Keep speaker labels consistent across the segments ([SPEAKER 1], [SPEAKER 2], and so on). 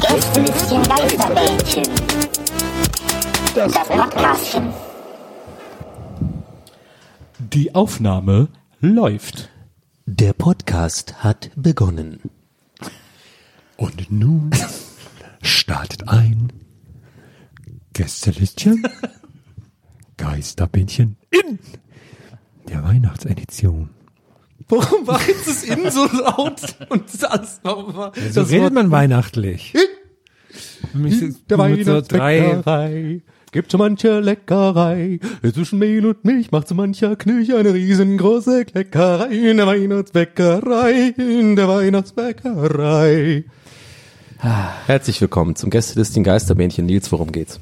[SPEAKER 1] Gästelistchen Geisterbällchen. Das Podcastchen.
[SPEAKER 2] Die Aufnahme läuft.
[SPEAKER 3] Der Podcast hat begonnen.
[SPEAKER 4] Und nun startet ein Gästelistchen, Geisterbändchen in der Weihnachtsedition.
[SPEAKER 2] Warum war jetzt das Innen so laut? Und das alles, warum war
[SPEAKER 4] So
[SPEAKER 2] das
[SPEAKER 4] redet man weihnachtlich.
[SPEAKER 2] Der
[SPEAKER 4] Mit so drei-
[SPEAKER 2] Weihnachtsbäckerei gibt so manche Leckerei. Zwischen Mehl und Milch macht so mancher Knilch eine riesengroße Kleckerei. In der Weihnachtsbäckerei, in der Weihnachtsbäckerei.
[SPEAKER 3] Herzlich willkommen zum Gästelisting Geisterbändchen. Nils, worum geht's?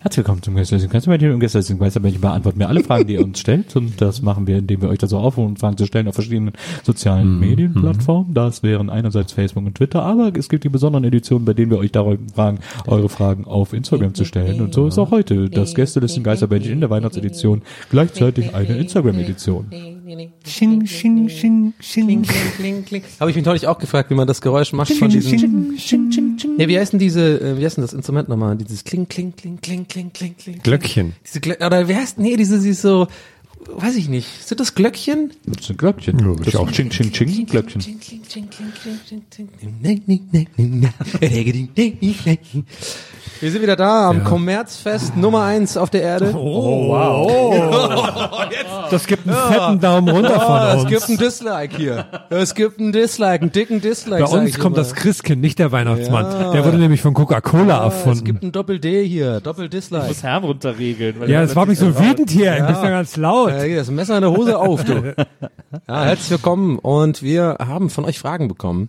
[SPEAKER 2] Herzlich willkommen zum Gästelisten Geisterbändchen und Gästelisten Geisterbändchen beantworten wir alle Fragen, die ihr uns stellt. Und das machen wir, indem wir euch dazu aufrufen, Fragen zu stellen auf verschiedenen sozialen
[SPEAKER 4] Mhm.
[SPEAKER 2] Medienplattformen. Das wären einerseits Facebook und Twitter, aber es gibt die besonderen Editionen, bei denen wir euch darum fragen, eure Fragen auf Instagram zu stellen. Und so ist auch heute das Gästelisten Geisterbändchen in der Weihnachtsedition gleichzeitig eine Instagram-Edition.
[SPEAKER 4] Sching, sching, sching, sching,
[SPEAKER 3] Habe ich mich neulich auch gefragt, wie man das Geräusch macht von diesem.
[SPEAKER 4] sching, sching, sching, sching.
[SPEAKER 3] Ja, wie heißen diese, äh, wie heißen das Instrument nochmal? Dieses Kling, Kling, Kling, Kling, Kling, Kling, Kling.
[SPEAKER 4] Glöckchen.
[SPEAKER 3] Diese Glö oder wie heißt, nee, diese, die so, weiß ich nicht. Sind das Glöckchen?
[SPEAKER 2] Das ist ein Glöckchen.
[SPEAKER 4] Ja, ich
[SPEAKER 2] das
[SPEAKER 4] auch.
[SPEAKER 2] Ching, ching, ching, Glöckchen.
[SPEAKER 3] Kling, Kling, Kling, Kling, Kling, Kling, Kling, Kling, Kling, Kling, Kling, Kling, Kling, Kling, Kling. Wir sind wieder da am Kommerzfest Nummer eins auf der Erde.
[SPEAKER 4] Oh, wow. Das gibt einen fetten Daumen runter
[SPEAKER 3] Ah,
[SPEAKER 4] von
[SPEAKER 3] es gibt
[SPEAKER 4] uns.
[SPEAKER 3] ein Dislike hier. Es gibt ein Dislike, einen dicken Dislike.
[SPEAKER 4] Bei
[SPEAKER 3] sag
[SPEAKER 4] uns
[SPEAKER 3] ich
[SPEAKER 4] kommt
[SPEAKER 3] immer.
[SPEAKER 4] das Christkind, nicht der Weihnachtsmann.
[SPEAKER 3] Ja.
[SPEAKER 4] Der wurde nämlich von Coca-Cola
[SPEAKER 3] Ah, es gibt
[SPEAKER 4] erfunden.
[SPEAKER 3] ein Doppel-D hier, Doppel-Dislike.
[SPEAKER 5] das Herm runterregeln. Weil
[SPEAKER 4] Ja,
[SPEAKER 5] er
[SPEAKER 4] das war mich so wütend hier. Ich bin ja ganz
[SPEAKER 3] Ja,
[SPEAKER 4] laut.
[SPEAKER 3] geht das Messer in der Hose auf, du. Ja, herzlich willkommen und wir haben von euch Fragen bekommen.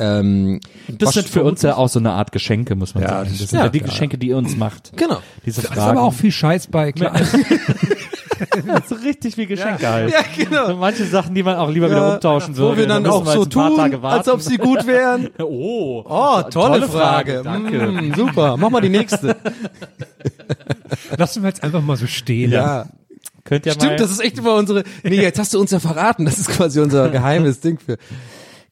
[SPEAKER 3] Ähm,
[SPEAKER 5] Das
[SPEAKER 3] was
[SPEAKER 5] sind für uns ja auch so eine Art Geschenke, muss man
[SPEAKER 4] Ja,
[SPEAKER 5] sagen.
[SPEAKER 4] das
[SPEAKER 5] Das
[SPEAKER 4] ist
[SPEAKER 5] sind
[SPEAKER 4] ja
[SPEAKER 5] ja die
[SPEAKER 4] klar.
[SPEAKER 5] Geschenke, die ihr uns macht.
[SPEAKER 3] Genau.
[SPEAKER 5] Diese Fragen.
[SPEAKER 4] Da ist aber auch viel Scheiß bei. Klar.
[SPEAKER 5] so richtig wie Geschenke halt.
[SPEAKER 3] Ja, genau.
[SPEAKER 5] So manche Sachen, die man auch lieber wieder umtauschen
[SPEAKER 3] wo
[SPEAKER 5] würde.
[SPEAKER 3] wir dann
[SPEAKER 5] müssen
[SPEAKER 3] auch
[SPEAKER 5] wir
[SPEAKER 3] so
[SPEAKER 5] jetzt ein paar
[SPEAKER 3] tun,
[SPEAKER 5] Tage warten.
[SPEAKER 3] als ob sie gut wären.
[SPEAKER 5] Oh,
[SPEAKER 3] Oh, tolle, Frage.
[SPEAKER 5] Frage. Danke.
[SPEAKER 3] Mm, super, mach mal die nächste.
[SPEAKER 4] Lassen wir jetzt einfach mal so stehen.
[SPEAKER 5] Könnt ihr mal,
[SPEAKER 3] Ah. Stimmt, das ist echt über unsere. Nee, jetzt hast du uns ja verraten. Das ist quasi unser geheimes Ding für.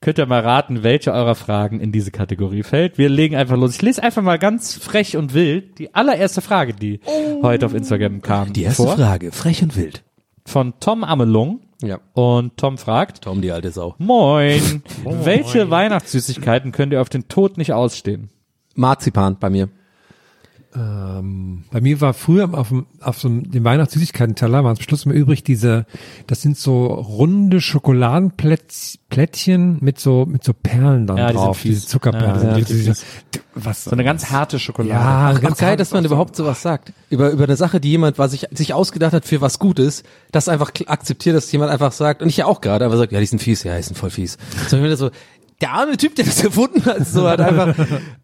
[SPEAKER 5] könnt ihr mal raten, welche eurer Fragen in diese Kategorie fällt. Wir legen einfach los. Ich lese einfach mal ganz frech und wild die allererste Frage, die heute auf Instagram kam. vor.
[SPEAKER 3] Oh. Frage, frech und wild.
[SPEAKER 5] Von Tom Amelung.
[SPEAKER 3] Ja.
[SPEAKER 5] Und Tom fragt,
[SPEAKER 3] Tom, die alte Sau.
[SPEAKER 5] Moin. Welche Weihnachtssüßigkeiten könnt ihr auf den Tod nicht ausstehen?
[SPEAKER 3] Marzipan bei mir.
[SPEAKER 4] Ähm, Bei mir war früher auf dem, auf dem, dem Weihnachtssüßigkeiten-Teller war am Schluss immer übrig diese, das sind so runde Schokoladenplättchen mit so, mit so Perlen dann
[SPEAKER 5] Ja, die sind
[SPEAKER 4] drauf,
[SPEAKER 5] fies.
[SPEAKER 4] diese Zuckerperlen.
[SPEAKER 5] Ja, die
[SPEAKER 4] Also
[SPEAKER 5] sind
[SPEAKER 4] diese- was,
[SPEAKER 5] So eine ganz harte Schokolade.
[SPEAKER 4] ja,
[SPEAKER 3] Ach,
[SPEAKER 4] ganz
[SPEAKER 3] geil, dass man überhaupt sowas sagt. Über, über eine Sache, die jemand was sich, sich ausgedacht hat für was Gutes, das einfach kl- akzeptiert, dass jemand einfach sagt, und ich ja auch gerade, aber sagt, ja, die sind fies, ja, die sind voll fies. Sondern wenn das so, der arme Typ, der das erfunden hat, so hat einfach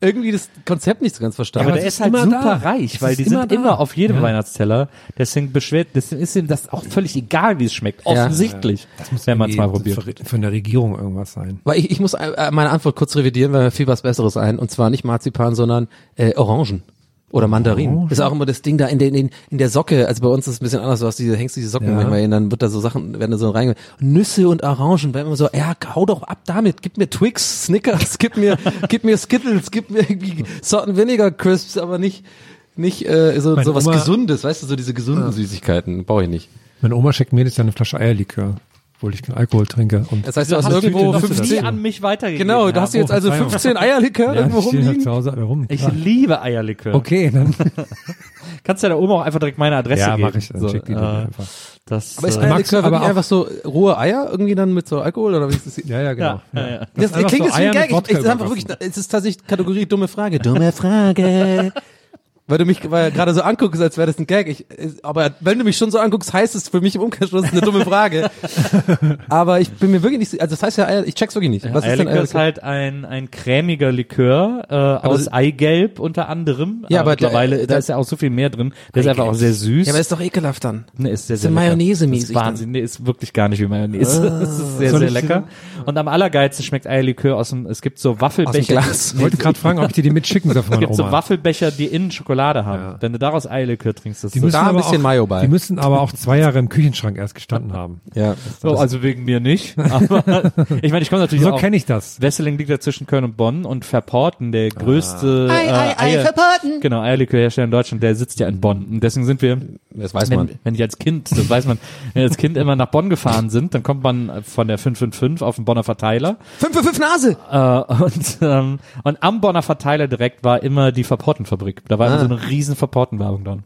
[SPEAKER 3] irgendwie das Konzept nicht so ganz verstanden.
[SPEAKER 5] Aber
[SPEAKER 4] Aber
[SPEAKER 5] der
[SPEAKER 4] das
[SPEAKER 5] ist
[SPEAKER 4] ist
[SPEAKER 5] halt
[SPEAKER 4] immer
[SPEAKER 5] super
[SPEAKER 4] da.
[SPEAKER 5] reich,
[SPEAKER 4] Das
[SPEAKER 5] weil
[SPEAKER 4] ist
[SPEAKER 5] die
[SPEAKER 4] immer
[SPEAKER 5] sind
[SPEAKER 4] da.
[SPEAKER 5] immer auf jedem Weihnachtsteller. Deswegen beschwert, deswegen ist ihm das auch völlig egal, wie es schmeckt. Offensichtlich, wenn man es mal probiert.
[SPEAKER 4] Von, von der Regierung irgendwas sein.
[SPEAKER 3] Weil ich, ich muss äh, meine Antwort kurz revidieren, weil mir fiel was Besseres ein. Und zwar nicht Marzipan, sondern äh, Orangen. Oder Mandarinen. Ist auch immer das Ding da in, den, in, in der Socke. Also bei uns ist es ein bisschen anders. Du hast diese, hängst diese Socken
[SPEAKER 4] Ja.
[SPEAKER 3] manchmal hin, dann wird da so Sachen, werden da so rein. Nüsse und Orangen. Weil immer so, ja, hau doch ab damit. Gib mir Twix, Snickers, gib mir, gib mir Skittles, gib mir irgendwie Sorten weniger Crisps, aber nicht, nicht äh, so,
[SPEAKER 4] Meine
[SPEAKER 3] so was
[SPEAKER 4] Oma-
[SPEAKER 3] Gesundes. Weißt du, so diese gesunden Süßigkeiten. Brauche ich nicht.
[SPEAKER 4] Meine Oma schenkt mir jedes Jahr eine Flasche Eierlikör, obwohl ich keinen Alkohol trinke. Und
[SPEAKER 3] Das heißt, du hast
[SPEAKER 4] Tüte
[SPEAKER 3] irgendwo
[SPEAKER 4] noch
[SPEAKER 3] 15
[SPEAKER 4] dazu.
[SPEAKER 5] an mich weitergegeben.
[SPEAKER 3] Genau,
[SPEAKER 5] haben.
[SPEAKER 3] du hast jetzt also
[SPEAKER 4] Verzeihung.
[SPEAKER 3] 15 Eierlikör
[SPEAKER 4] Ja,
[SPEAKER 3] irgendwo
[SPEAKER 4] die stehen halt
[SPEAKER 3] rumliegen.
[SPEAKER 4] zu Hause alle rum.
[SPEAKER 5] Ich
[SPEAKER 4] Klar.
[SPEAKER 5] liebe Eierlikör.
[SPEAKER 4] Okay, dann
[SPEAKER 5] Kannst du deiner Oma auch einfach direkt meine Adresse
[SPEAKER 4] ja,
[SPEAKER 5] geben.
[SPEAKER 4] mach ich. Dann
[SPEAKER 5] So,
[SPEAKER 4] schick die
[SPEAKER 5] äh,
[SPEAKER 4] doch einfach.
[SPEAKER 5] das,
[SPEAKER 3] Aber ist
[SPEAKER 5] äh,
[SPEAKER 4] Eierlikör
[SPEAKER 3] Eierlikör
[SPEAKER 4] aber
[SPEAKER 3] wirklich
[SPEAKER 4] auch-
[SPEAKER 3] einfach so rohe Eier irgendwie dann mit so Alkohol oder wie ist das?
[SPEAKER 4] Ja, ja, genau.
[SPEAKER 5] Ja, ja, ja.
[SPEAKER 3] Das,
[SPEAKER 4] einfach
[SPEAKER 3] klingt
[SPEAKER 4] so
[SPEAKER 3] jetzt wie
[SPEAKER 4] Eier
[SPEAKER 3] ein
[SPEAKER 4] mit
[SPEAKER 3] Gag. Ich,
[SPEAKER 4] Wodka
[SPEAKER 3] ich, ist einfach
[SPEAKER 4] übergossen.
[SPEAKER 3] wirklich, es ist tatsächlich Kategorie dumme Frage. Dumme Frage. Weil du mich weil gerade so anguckst, als wäre das ein Gag. Ich, es- aber wenn du mich schon so anguckst, heißt es für mich im Umkehrschluss eine dumme Frage. aber ich bin mir wirklich nicht, si- also das heißt ja, Eier- ich check's wirklich nicht. Was ist denn
[SPEAKER 5] Eierlikör ist,
[SPEAKER 3] Eierlikör?
[SPEAKER 5] halt ein, ein cremiger Likör äh, aus Eigelb unter anderem.
[SPEAKER 3] Ja, aber der-
[SPEAKER 5] mittlerweile, da
[SPEAKER 3] der-
[SPEAKER 5] ist ja auch so viel mehr drin. Der ist einfach auch sehr süß.
[SPEAKER 3] Ja, aber ist doch ekelhaft dann.
[SPEAKER 5] Nee, ist sehr,
[SPEAKER 3] Ist
[SPEAKER 5] sehr
[SPEAKER 3] ja
[SPEAKER 5] lecker.
[SPEAKER 3] Mayonnaise-mäßig Ah.
[SPEAKER 5] Das ist Wahnsinn, nee, ist wirklich gar nicht wie Mayonnaise. es ist sehr,
[SPEAKER 4] Soll
[SPEAKER 5] sehr
[SPEAKER 4] ich-
[SPEAKER 5] lecker. Und am allergeilsten schmeckt Eierlikör aus dem, es gibt so Waffelbecher.
[SPEAKER 3] Glas.
[SPEAKER 4] Ich wollte gerade fragen, ob ich dir die mitschicken darf von
[SPEAKER 5] Es
[SPEAKER 4] meiner
[SPEAKER 5] gibt so
[SPEAKER 4] Oma.
[SPEAKER 5] Waffelbecher, die innen Schokolade haben.
[SPEAKER 4] Ja.
[SPEAKER 5] Wenn du daraus Eierlikör trinkst, das
[SPEAKER 4] Die
[SPEAKER 5] ist
[SPEAKER 4] müssen
[SPEAKER 3] Da ein
[SPEAKER 4] aber
[SPEAKER 3] bisschen
[SPEAKER 4] auch,
[SPEAKER 3] Mayo bei.
[SPEAKER 4] Die müssen aber auch zwei Jahre im Küchenschrank erst gestanden haben.
[SPEAKER 3] Ja.
[SPEAKER 5] so, also wegen mir nicht. Aber ich meine, ich komme natürlich
[SPEAKER 4] So
[SPEAKER 5] auch.
[SPEAKER 4] kenne ich das. Ah.
[SPEAKER 5] Wesseling liegt ja zwischen Köln und Bonn und Verporten, der größte äh, Eier, genau, Eierlikörhersteller in Deutschland, der sitzt ja in Bonn. Und deswegen sind wir,
[SPEAKER 3] Das weiß
[SPEAKER 5] wenn, wenn ich als Kind, das weiß man, wenn wir als Kind immer nach Bonn gefahren sind, dann kommt man von der 555 auf den Bonner Verteiler.
[SPEAKER 3] Fünf für fünf Nase!
[SPEAKER 5] Äh, und, ähm, und am Bonner Verteiler direkt war immer die Verportenfabrik. Da war
[SPEAKER 3] Ah.
[SPEAKER 5] immer so eine riesen Verportenwerbung dran.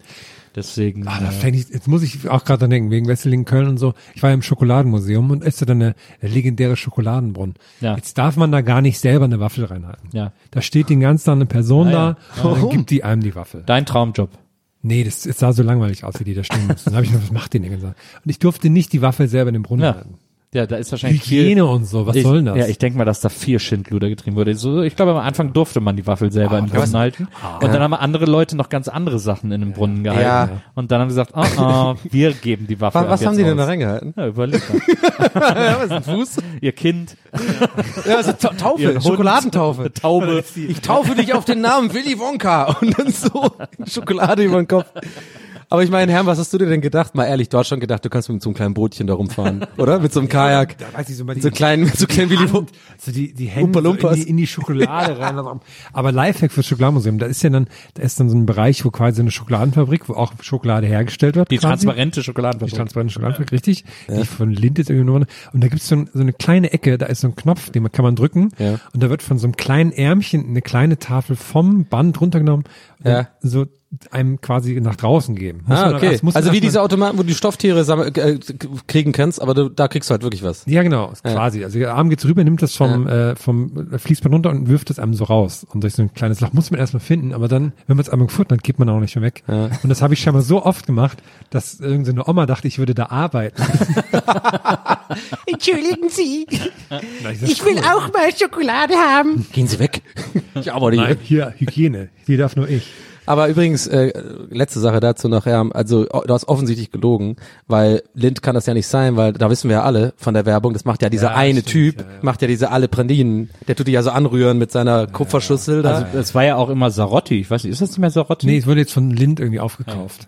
[SPEAKER 5] Deswegen.
[SPEAKER 4] Ah, da fände ich, jetzt muss ich auch gerade dran denken, wegen Wesseling Köln und so. Ich war ja im Schokoladenmuseum und esse dann eine legendäre Schokoladenbrunnen.
[SPEAKER 5] Ja.
[SPEAKER 4] Jetzt darf man da gar nicht selber eine Waffel reinhalten.
[SPEAKER 5] Ja.
[SPEAKER 4] Da steht den ganzen Tag eine Person
[SPEAKER 5] Ja, ja.
[SPEAKER 4] da und dann gibt die einem die Waffel.
[SPEAKER 5] Dein Traumjob.
[SPEAKER 4] Nee, das, das sah so langweilig aus, wie die da stehen müssen. Dann habe ich gedacht, was macht die denn? Und ich durfte nicht die Waffel selber in den Brunnen
[SPEAKER 5] Ja.
[SPEAKER 4] halten.
[SPEAKER 5] Ja, da ist wahrscheinlich viel,
[SPEAKER 4] Hygiene und so, was
[SPEAKER 5] ich,
[SPEAKER 4] soll denn das?
[SPEAKER 5] Ja, ich denke mal, dass da viel Schindluder getrieben wurde. So, ich glaube, am Anfang durfte man die Waffel selber
[SPEAKER 3] Ah,
[SPEAKER 5] in den Brunnen halten. und dann haben andere Leute noch ganz andere Sachen in den Brunnen gehalten.
[SPEAKER 3] Ja.
[SPEAKER 5] Und dann haben sie gesagt, oh, oh, wir geben die Waffel.
[SPEAKER 3] Was,
[SPEAKER 5] ab
[SPEAKER 3] was
[SPEAKER 5] jetzt
[SPEAKER 3] haben die denn da
[SPEAKER 5] aus.
[SPEAKER 3] reingehalten?
[SPEAKER 5] Ja, überleg mal.
[SPEAKER 3] was ein Fuß?
[SPEAKER 5] Ihr Kind,
[SPEAKER 3] Ja, also Ta
[SPEAKER 5] Ihren
[SPEAKER 3] Taufe,
[SPEAKER 5] Hund.
[SPEAKER 3] Schokoladentaufe.
[SPEAKER 5] Taube.
[SPEAKER 3] Ich taufe dich auf den Namen Willy Wonka und dann so Schokolade über den Kopf. Aber ich meine, Herr, was hast du dir denn gedacht? Mal ehrlich, du hast schon gedacht, du kannst mit so einem kleinen Bootchen da rumfahren, oder? Mit so einem Kajak.
[SPEAKER 4] Da weiß ich so mal
[SPEAKER 3] Mit so kleinen, mit so kleinen Willy Wonka.
[SPEAKER 4] so die, die Hände so
[SPEAKER 3] Oompa
[SPEAKER 4] in,
[SPEAKER 3] Loompas.
[SPEAKER 4] die, in die Schokolade rein. Aber Lifehack fürs Schokoladenmuseum, da ist ja dann, da ist dann so ein Bereich, wo quasi eine Schokoladenfabrik, wo auch Schokolade hergestellt wird.
[SPEAKER 5] die
[SPEAKER 4] quasi.
[SPEAKER 5] transparente
[SPEAKER 4] Die
[SPEAKER 5] Schokoladenfabrik.
[SPEAKER 4] transparente Schokoladenfabrik, richtig. Die von Lind jetzt irgendwie nur. Und da gibt's so, ein, so eine kleine Ecke, da ist so ein Knopf, den man, kann man drücken.
[SPEAKER 3] Ja.
[SPEAKER 4] Und da wird von so einem kleinen Ärmchen eine kleine Tafel vom Band runtergenommen und
[SPEAKER 3] Ja.
[SPEAKER 4] so einem quasi nach draußen geben. Muss
[SPEAKER 3] Ah,
[SPEAKER 4] man-
[SPEAKER 3] okay.
[SPEAKER 4] das muss man
[SPEAKER 3] Also wie
[SPEAKER 4] erstmal-
[SPEAKER 3] diese Automaten, wo du die Stofftiere sammel- äh, kriegen kannst, aber du, da kriegst du halt wirklich was.
[SPEAKER 4] Ja, genau, quasi. Also der Arm geht so rüber, nimmt das vom, äh, vom Fließband runter und wirft es einem so raus. Und durch so ein kleines Loch muss man erstmal finden, aber dann, wenn man es einmal gefunden hat, geht man auch nicht mehr weg. Und das habe ich scheinbar so oft gemacht, dass irgendeine Oma dachte, ich würde da arbeiten.
[SPEAKER 6] Entschuldigen Sie,
[SPEAKER 4] Na, sag,
[SPEAKER 6] ich will
[SPEAKER 4] cool.
[SPEAKER 6] auch mal Schokolade haben.
[SPEAKER 3] Gehen Sie weg. Ich arbeite hier.
[SPEAKER 4] Nein, hier, Hygiene. Die darf nur ich.
[SPEAKER 3] Aber übrigens, äh, letzte Sache dazu noch, ja, also o- du hast offensichtlich gelogen, weil Lind kann das ja nicht sein, weil da wissen wir ja alle von der Werbung, das macht ja dieser
[SPEAKER 4] Ja,
[SPEAKER 3] eine
[SPEAKER 4] stimmt,
[SPEAKER 3] Typ,
[SPEAKER 4] ja, ja.
[SPEAKER 3] macht ja diese alle Pralinen, der tut die ja so anrühren mit seiner Kupferschüssel da.
[SPEAKER 5] Also, das war ja auch immer Sarotti. Ich weiß nicht, ist das nicht mehr Sarotti?
[SPEAKER 4] Nee, es wurde jetzt von Lind irgendwie aufgekauft.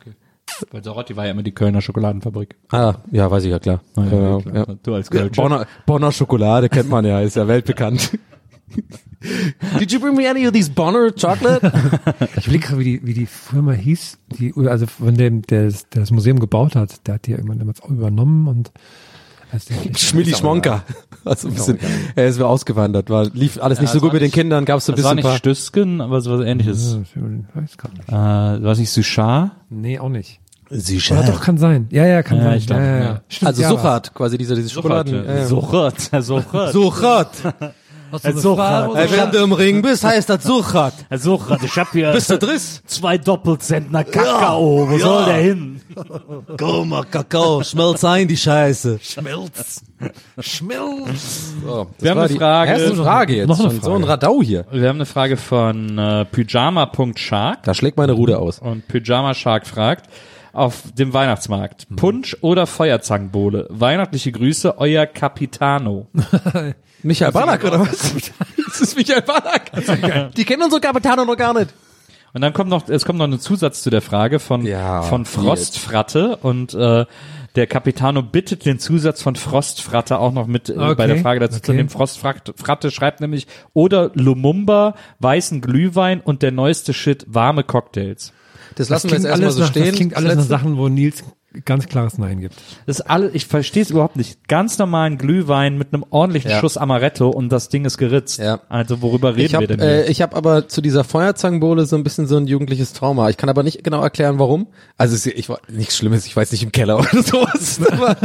[SPEAKER 5] Weil Sarotti war ja immer die Kölner Schokoladenfabrik.
[SPEAKER 3] ah, ja, weiß ich ja klar. Genau, ja.
[SPEAKER 5] Du als
[SPEAKER 3] Ja,
[SPEAKER 5] Kölscher.
[SPEAKER 3] Bonner, Bonner Schokolade kennt man ja, ist ja weltbekannt. Did you bring me any of these Bonner chocolate?
[SPEAKER 4] Ich überlege gerade, wie die, wie die Firma hieß, die, also von dem, der, das- der das Museum gebaut hat, der hat die irgendwann damals auch übernommen und also,
[SPEAKER 3] Schmilli Schmonka. Also ein bisschen, er ist wieder ausgewandert, war, lief alles nicht so
[SPEAKER 5] Ja, das war
[SPEAKER 3] gut mit den
[SPEAKER 5] nicht-
[SPEAKER 3] Kindern, gab es so ein
[SPEAKER 5] Das
[SPEAKER 3] bisschen
[SPEAKER 5] war
[SPEAKER 3] ein
[SPEAKER 5] nicht
[SPEAKER 3] paar.
[SPEAKER 5] Stüsken, aber sowas ähnliches.
[SPEAKER 4] Ich weiß gar nicht.
[SPEAKER 5] Äh, war es nicht Suchard?
[SPEAKER 4] Nee, auch nicht.
[SPEAKER 3] Sicher.
[SPEAKER 4] Ah, doch, kann sein. Ja, ja, kann
[SPEAKER 5] Ja,
[SPEAKER 4] sein.
[SPEAKER 5] ich glaub,
[SPEAKER 4] ja, ja.
[SPEAKER 5] ja.
[SPEAKER 4] Stimmt,
[SPEAKER 3] also
[SPEAKER 4] ja, was.
[SPEAKER 3] Suchard, quasi diese, diese Schokoladen. ja, ja.
[SPEAKER 5] Suchert. Suchert.
[SPEAKER 3] Suchat.
[SPEAKER 5] Herr Suchert.
[SPEAKER 3] Ey, wenn du im Ring bist, heißt das Suchat.
[SPEAKER 5] Herr Suchert, ich hab hier
[SPEAKER 3] Bist du driss?
[SPEAKER 5] zwei Doppelzentner
[SPEAKER 3] Oh,
[SPEAKER 5] Kakao. Wo soll der hin?
[SPEAKER 3] Komm mal, Kakao, schmelz ein, die Scheiße.
[SPEAKER 5] Schmelz.
[SPEAKER 3] Schmelz. So, das
[SPEAKER 5] Wir haben
[SPEAKER 3] war
[SPEAKER 5] eine
[SPEAKER 3] die
[SPEAKER 5] Frage.
[SPEAKER 3] Erste Frage jetzt.
[SPEAKER 4] Noch eine
[SPEAKER 3] schon. So
[SPEAKER 4] Frage.
[SPEAKER 3] ein Radau hier.
[SPEAKER 5] Wir haben eine Frage von äh, pyjama.shark
[SPEAKER 3] Da schlägt meine Rude aus.
[SPEAKER 5] und Pyjama Shark fragt auf dem Weihnachtsmarkt.
[SPEAKER 3] Mhm.
[SPEAKER 5] Punsch oder Feuerzangenbowle? Weihnachtliche Grüße, euer Capitano.
[SPEAKER 3] Michael Ballack, oder was? Das ist Michael Ballack. Die kennen unsere Capitano noch gar nicht.
[SPEAKER 5] Und dann kommt noch, es kommt noch ein Zusatz zu der Frage von,
[SPEAKER 3] Ja,
[SPEAKER 5] von Frostfratte und äh, der Capitano bittet den Zusatz von Frostfratte auch noch mit äh, bei
[SPEAKER 4] Okay,
[SPEAKER 5] der Frage dazu zu
[SPEAKER 4] okay.
[SPEAKER 5] nehmen. Frostfratte schreibt nämlich, oder Lumumba, weißen Glühwein und der neueste Shit, warme Cocktails.
[SPEAKER 3] Das
[SPEAKER 4] Das
[SPEAKER 3] lassen wir jetzt
[SPEAKER 4] klingt
[SPEAKER 3] erstmal
[SPEAKER 4] alles
[SPEAKER 3] so
[SPEAKER 4] nach,
[SPEAKER 3] stehen.
[SPEAKER 4] das klingt alles nach Sachen, wo Nils ganz klares Nein gibt.
[SPEAKER 5] Das ist alle, ich verstehe es überhaupt nicht. Ganz normalen Glühwein mit einem ordentlichen
[SPEAKER 3] Ja.
[SPEAKER 5] Schuss Amaretto und das Ding ist geritzt.
[SPEAKER 3] Ja.
[SPEAKER 5] Also worüber reden
[SPEAKER 3] Ich habe
[SPEAKER 5] wir denn?
[SPEAKER 3] äh,
[SPEAKER 5] hier?
[SPEAKER 3] ich hab aber zu dieser Feuerzangenbowle so ein bisschen so ein jugendliches Trauma. Ich kann aber nicht genau erklären, warum. Also es- ich war nichts Schlimmes, ich weiß nicht im Keller oder sowas. Aber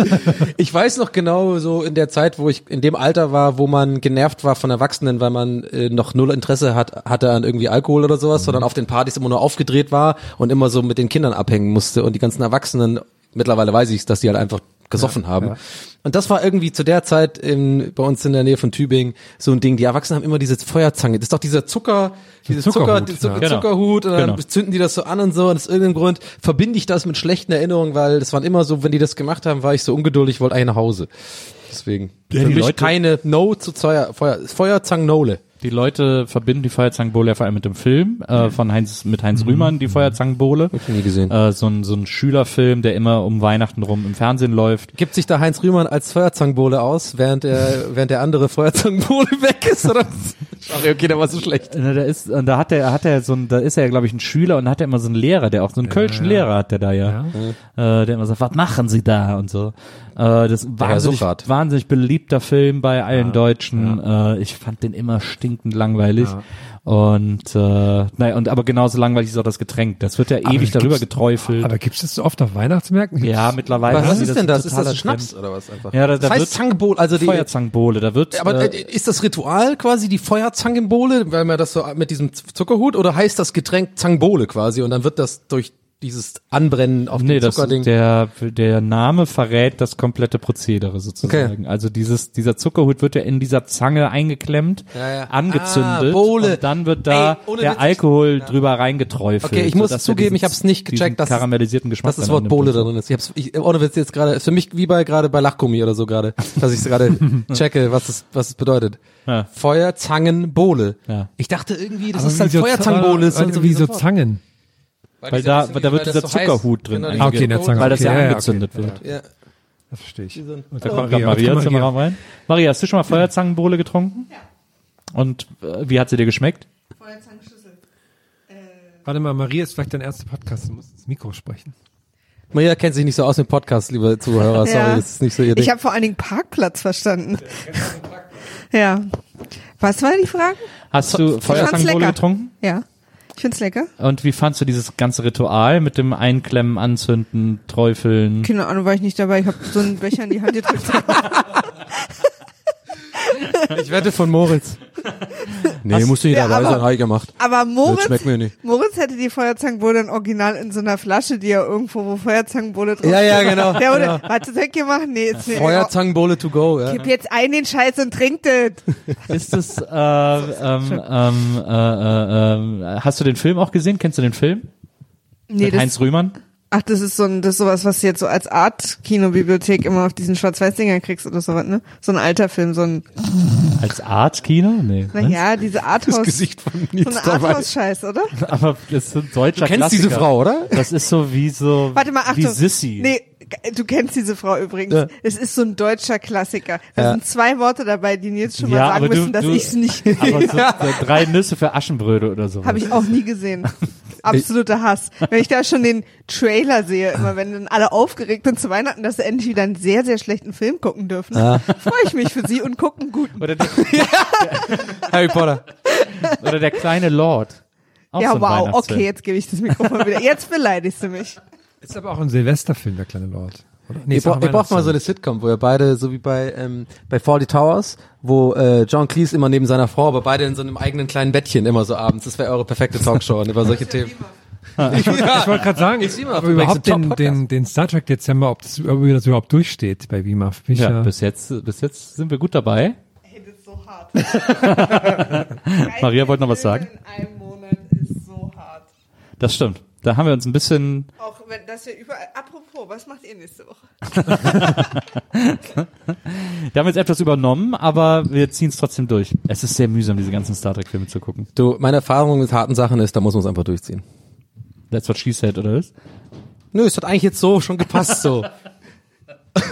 [SPEAKER 3] ich weiß noch genau so in der Zeit, wo ich in dem Alter war, wo man genervt war von Erwachsenen, weil man äh, noch null Interesse hat, hatte an irgendwie Alkohol oder
[SPEAKER 5] Mhm.
[SPEAKER 3] sowas, sondern auf den Partys immer nur aufgedreht war und immer so mit den Kindern abhängen musste und die ganzen Erwachsenen mittlerweile weiß ich, dass die halt einfach gesoffen haben. Und das war irgendwie zu der Zeit in, bei uns in der Nähe von Tübingen so ein Ding. Die Erwachsenen haben immer diese Feuerzange. Das ist doch dieser Zucker, diese Zucker,
[SPEAKER 4] Zuckerhut,
[SPEAKER 3] die Zucker,
[SPEAKER 4] ja.
[SPEAKER 3] Zuckerhut und dann
[SPEAKER 5] Genau.
[SPEAKER 3] zünden die das so an und so. Und aus irgendeinem Grund verbinde ich das mit schlechten Erinnerungen, weil das waren immer so, wenn die das gemacht haben, war ich so ungeduldig, wollte eigentlich nach Hause. Deswegen.
[SPEAKER 5] Ja,
[SPEAKER 3] Für
[SPEAKER 5] die
[SPEAKER 3] mich
[SPEAKER 5] Leute-
[SPEAKER 3] keine No zu Feuer, Feuer, Feuerzangnole.
[SPEAKER 5] die Leute verbinden die Feuerzangenbowle ja vor allem mit dem Film äh, von Heinz mit Heinz Rühmann, die Feuerzangenbowle.
[SPEAKER 3] Hab ich nie gesehen.
[SPEAKER 5] Äh, so, ein, so ein Schülerfilm, der immer um Weihnachten rum im Fernsehen läuft.
[SPEAKER 3] Gibt sich da Heinz Rühmann als Feuerzangenbowle aus, während der, während der andere Feuerzangenbowle weg ist, oder? Sorry, okay, da war so schlecht.
[SPEAKER 5] Na, da ist, und da hat er, hat er so ein, da ist er ja, glaube ich, ein Schüler und hat er immer so einen Lehrer, der auch so einen kölschen Lehrer hat der da ja. Äh, der immer sagt, was machen Sie da und so. Äh, das ist wahnsinnig,
[SPEAKER 3] Suchard.
[SPEAKER 5] wahnsinnig beliebter Film bei allen Deutschen. Äh, ich fand den immer stinkend langweilig. Und äh, naja, und aber genauso langweilig ist auch das Getränk. Das wird ja ewig darüber geträufelt.
[SPEAKER 4] Aber gibt es das so oft auf Weihnachtsmärkten? Gibt's-
[SPEAKER 5] ja, mittlerweile.
[SPEAKER 3] Was,
[SPEAKER 5] haben die
[SPEAKER 3] ist denn das? Ist das
[SPEAKER 5] totaler
[SPEAKER 3] ein Schnaps
[SPEAKER 5] Trend.
[SPEAKER 3] oder was einfach?
[SPEAKER 5] Ja, da-
[SPEAKER 3] das
[SPEAKER 5] da
[SPEAKER 3] heißt
[SPEAKER 5] wird-
[SPEAKER 3] Zangenbowle, also die,
[SPEAKER 5] Feuerzangenbowle, da wird
[SPEAKER 3] aber
[SPEAKER 5] äh,
[SPEAKER 3] äh, ist das Ritual quasi die Feuerzangenbowle, weil man das so mit diesem Z- Zuckerhut oder heißt das Getränk Zangenbowle quasi und dann wird das durch dieses Anbrennen auf
[SPEAKER 5] Nee,
[SPEAKER 3] dem
[SPEAKER 5] das,
[SPEAKER 3] Zuckerding.
[SPEAKER 5] der, der Name verrät das komplette Prozedere sozusagen. Also dieses, dieser Zuckerhut wird ja in dieser Zange eingeklemmt,
[SPEAKER 3] Ja, ja.
[SPEAKER 5] angezündet
[SPEAKER 3] Ah, Bowle.
[SPEAKER 5] und dann wird da
[SPEAKER 3] Ey, ohne
[SPEAKER 5] der
[SPEAKER 3] Witz,
[SPEAKER 5] Alkohol drüber reingeträufelt.
[SPEAKER 3] Okay, ich muss
[SPEAKER 5] sodass er
[SPEAKER 3] zugeben,
[SPEAKER 5] diesen-
[SPEAKER 3] ich habe es nicht
[SPEAKER 5] diesen
[SPEAKER 3] gecheckt, dass
[SPEAKER 5] karamellisierten Geschmack
[SPEAKER 3] dass das
[SPEAKER 5] dann
[SPEAKER 3] Wort
[SPEAKER 5] annimmt.
[SPEAKER 3] Bowle da drin ist. Ich hab's, ich, ohne Witz jetzt gerade, ist für mich wie bei gerade bei Lachgummi oder so gerade, dass ich gerade checke, was es was es bedeutet.
[SPEAKER 5] Ja.
[SPEAKER 3] Feuerzangenbowle.
[SPEAKER 5] Ja.
[SPEAKER 3] Ich dachte irgendwie, das
[SPEAKER 4] Aber
[SPEAKER 3] ist halt
[SPEAKER 4] wieso-
[SPEAKER 3] Feuerzangenbowle. ist
[SPEAKER 4] aber
[SPEAKER 3] halt
[SPEAKER 4] Irgendwie so
[SPEAKER 3] sofort.
[SPEAKER 4] Zangen.
[SPEAKER 5] Weil
[SPEAKER 3] dieser-
[SPEAKER 5] da- weil da wird
[SPEAKER 3] das
[SPEAKER 5] dieser
[SPEAKER 3] so heiß-
[SPEAKER 5] Zuckerhut drin
[SPEAKER 3] Genau,
[SPEAKER 5] eigentlich.
[SPEAKER 3] dieser
[SPEAKER 4] Ah, okay, in der Zange.
[SPEAKER 5] Weil das
[SPEAKER 4] okay,
[SPEAKER 5] ja
[SPEAKER 4] ja,
[SPEAKER 5] angezündet
[SPEAKER 4] okay.
[SPEAKER 5] wird.
[SPEAKER 3] Ja.
[SPEAKER 4] Das verstehe ich.
[SPEAKER 3] so ein- Oh.
[SPEAKER 4] Und da kommt
[SPEAKER 5] Kommt gerade Maria
[SPEAKER 4] auf
[SPEAKER 5] jetzt
[SPEAKER 4] die
[SPEAKER 5] im Raum rein. Maria, hast du schon mal Feuerzangenbowle getrunken? Ja. Und äh, wie hat sie dir geschmeckt?
[SPEAKER 4] Warte mal, Maria ist vielleicht dein erster Podcast. Du musst ins Mikro sprechen.
[SPEAKER 3] Maria kennt sich nicht so aus mit Podcasts, liebe Zuhörer. Sorry,
[SPEAKER 7] Ja.
[SPEAKER 3] das ist nicht so ihr Ding.
[SPEAKER 7] Ich habe vor allen Dingen Parkplatz verstanden. ja. Was war die Frage?
[SPEAKER 5] Hast du
[SPEAKER 7] Ich fand's
[SPEAKER 5] Feuerzangenbowle
[SPEAKER 7] lecker.
[SPEAKER 5] getrunken?
[SPEAKER 7] Ja. Ich find's lecker.
[SPEAKER 5] Und wie fandst du dieses ganze Ritual mit dem Einklemmen, Anzünden, Träufeln?
[SPEAKER 7] Keine Ahnung, war ich nicht dabei. Ich habe so einen Becher in die Hand gedrückt.
[SPEAKER 3] Ich wette von Moritz. Nee, musst du nicht
[SPEAKER 7] Ja,
[SPEAKER 3] dabei
[SPEAKER 7] aber-
[SPEAKER 3] sein, hab ich gemacht.
[SPEAKER 7] Aber
[SPEAKER 3] Das
[SPEAKER 7] Moritz,
[SPEAKER 3] schmeckt mir nicht.
[SPEAKER 7] Moritz hätte die Feuerzangenbowle dann original in so einer Flasche, die ja irgendwo, wo Feuerzangenbowle drin
[SPEAKER 3] Ja, ja,
[SPEAKER 7] steht.
[SPEAKER 3] genau,
[SPEAKER 7] Der würde,
[SPEAKER 3] genau.
[SPEAKER 7] warte, soll ich hier machen? Nee, jetzt nicht.
[SPEAKER 3] Feuerzangenbowle to go, ja.
[SPEAKER 7] Gib jetzt ein den Scheiß und trink das.
[SPEAKER 5] Ist es, äh, ähm, ähm, äh, äh, äh, hast du den Film auch gesehen? Kennst du den Film?
[SPEAKER 7] Nee,
[SPEAKER 5] mit Heinz
[SPEAKER 7] das,
[SPEAKER 5] Rühmann?
[SPEAKER 7] ach, das ist so ein, das ist sowas, was du jetzt so als Art-Kino-Bibliothek immer auf diesen Schwarz-Weiß-Dingern kriegst oder sowas, ne? So ein alter Film, so ein,
[SPEAKER 5] Als Art-Kino? Nee.
[SPEAKER 7] na ja, diese Arthouse,
[SPEAKER 3] Gesicht von
[SPEAKER 7] so
[SPEAKER 3] Nils
[SPEAKER 7] eine Arthouse-Scheiß, oder?
[SPEAKER 5] Aber das ist ein deutscher
[SPEAKER 3] Du kennst
[SPEAKER 5] Klassiker.
[SPEAKER 3] diese Frau, oder?
[SPEAKER 5] Das ist so wie so,
[SPEAKER 7] Warte mal, Achtung.
[SPEAKER 5] wie Sissy.
[SPEAKER 7] Nee, g- du kennst diese Frau übrigens.
[SPEAKER 3] Ja.
[SPEAKER 7] Es ist so ein deutscher Klassiker. Da
[SPEAKER 3] Ja.
[SPEAKER 7] sind zwei Worte dabei, die jetzt schon mal
[SPEAKER 5] Ja,
[SPEAKER 7] sagen
[SPEAKER 5] aber du-
[SPEAKER 7] müssen, dass
[SPEAKER 5] du-
[SPEAKER 7] ich es nicht
[SPEAKER 5] Aber
[SPEAKER 7] gesehen
[SPEAKER 5] so, so drei Nüsse für Aschenbrödel oder so.
[SPEAKER 7] Habe ich auch nie gesehen. Absoluter Hass. Wenn ich da schon den Trailer sehe, immer wenn dann alle aufgeregt sind zu Weihnachten, dass sie endlich wieder einen sehr, sehr schlechten Film gucken dürfen,
[SPEAKER 3] Ah.
[SPEAKER 7] freue ich mich für sie und gucke einen guten.
[SPEAKER 5] Oder der,
[SPEAKER 3] Harry Potter.
[SPEAKER 5] oder der kleine Lord. Auch
[SPEAKER 7] ja,
[SPEAKER 5] so ein
[SPEAKER 7] wow,
[SPEAKER 5] Weihnachtsfilm.
[SPEAKER 7] okay, jetzt gebe ich das Mikrofon wieder. Jetzt beleidigst du mich.
[SPEAKER 4] Ist aber auch ein Silvesterfilm, der kleine Lord. Oder? Nee,
[SPEAKER 3] Ihr,
[SPEAKER 4] ist auch
[SPEAKER 3] bra
[SPEAKER 4] ein
[SPEAKER 3] ihr braucht mal so
[SPEAKER 4] Weihnachtsfilm.
[SPEAKER 3] eine Sitcom, wo ihr beide, so wie bei, ähm, bei Forty Towers, wo äh, John Cleese immer neben seiner Frau, aber beide in so einem eigenen kleinen Bettchen immer so abends. Das wäre eure perfekte Talkshow und über solche Themen.
[SPEAKER 4] Ich wollte gerade sagen,
[SPEAKER 3] Ist immer
[SPEAKER 4] ob
[SPEAKER 3] auf
[SPEAKER 4] überhaupt
[SPEAKER 3] dem
[SPEAKER 4] den,
[SPEAKER 3] Podcast.
[SPEAKER 4] den, den Star Trek Dezember, ob das, ob das überhaupt durchsteht bei Wimaf. Bin ich
[SPEAKER 5] Ja,
[SPEAKER 4] ja,
[SPEAKER 5] bis jetzt, bis jetzt sind wir gut dabei.
[SPEAKER 7] Ey, das ist so hart.
[SPEAKER 5] Maria wollte noch was sagen.
[SPEAKER 7] In einem Monat ist so hart.
[SPEAKER 5] Das stimmt. Da haben wir uns ein bisschen
[SPEAKER 7] Auch wenn, dass wir überall. Apropos, was macht ihr nächste Woche?
[SPEAKER 5] Wir haben jetzt etwas übernommen, aber wir ziehen es trotzdem durch. Es ist sehr mühsam, diese ganzen Star Trek-Filme zu gucken.
[SPEAKER 3] Du, meine Erfahrung mit harten Sachen ist, da muss man es einfach durchziehen.
[SPEAKER 5] That's what she said, oder was?
[SPEAKER 3] Nö, es hat eigentlich jetzt so schon gepasst so.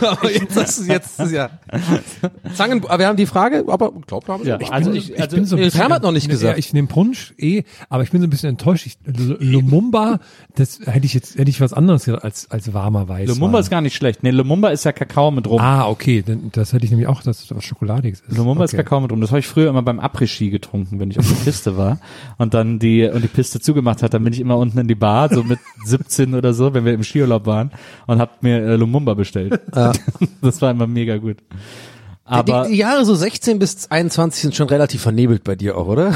[SPEAKER 3] aber jetzt, das ist jetzt, das ist ja. Zangen, aber wir haben die Frage, aber glaubt man,
[SPEAKER 4] Ja, also ich, ich bin so ein bisschen,
[SPEAKER 3] Herm Äh, hat noch nicht
[SPEAKER 4] Ja,
[SPEAKER 3] gesagt.
[SPEAKER 4] ich nehme Punsch eh, aber ich bin so ein bisschen enttäuscht. Ich, L- Lumumba, das hätte ich jetzt hätte ich was anderes gedacht als als warmer Weiß.
[SPEAKER 5] Lumumba ist gar nicht schlecht. Nee, Lumumba ist ja Kakao mit rum.
[SPEAKER 4] Ah, okay, dann, das hätte ich nämlich auch, dass es was Schokoladiges ist.
[SPEAKER 5] Lumumba ist
[SPEAKER 4] okay.
[SPEAKER 5] Kakao mit rum. Das habe ich früher immer beim Après-Ski getrunken, wenn ich auf der Piste war und dann die und die Piste zugemacht hat, dann bin ich immer unten in die Bar so mit 17 oder so, wenn wir im Skiurlaub waren und hab mir äh, Lumumba bestellt. Das war immer mega gut. Aber
[SPEAKER 3] die, die Jahre so 16 bis 21 sind schon relativ vernebelt bei dir auch, oder?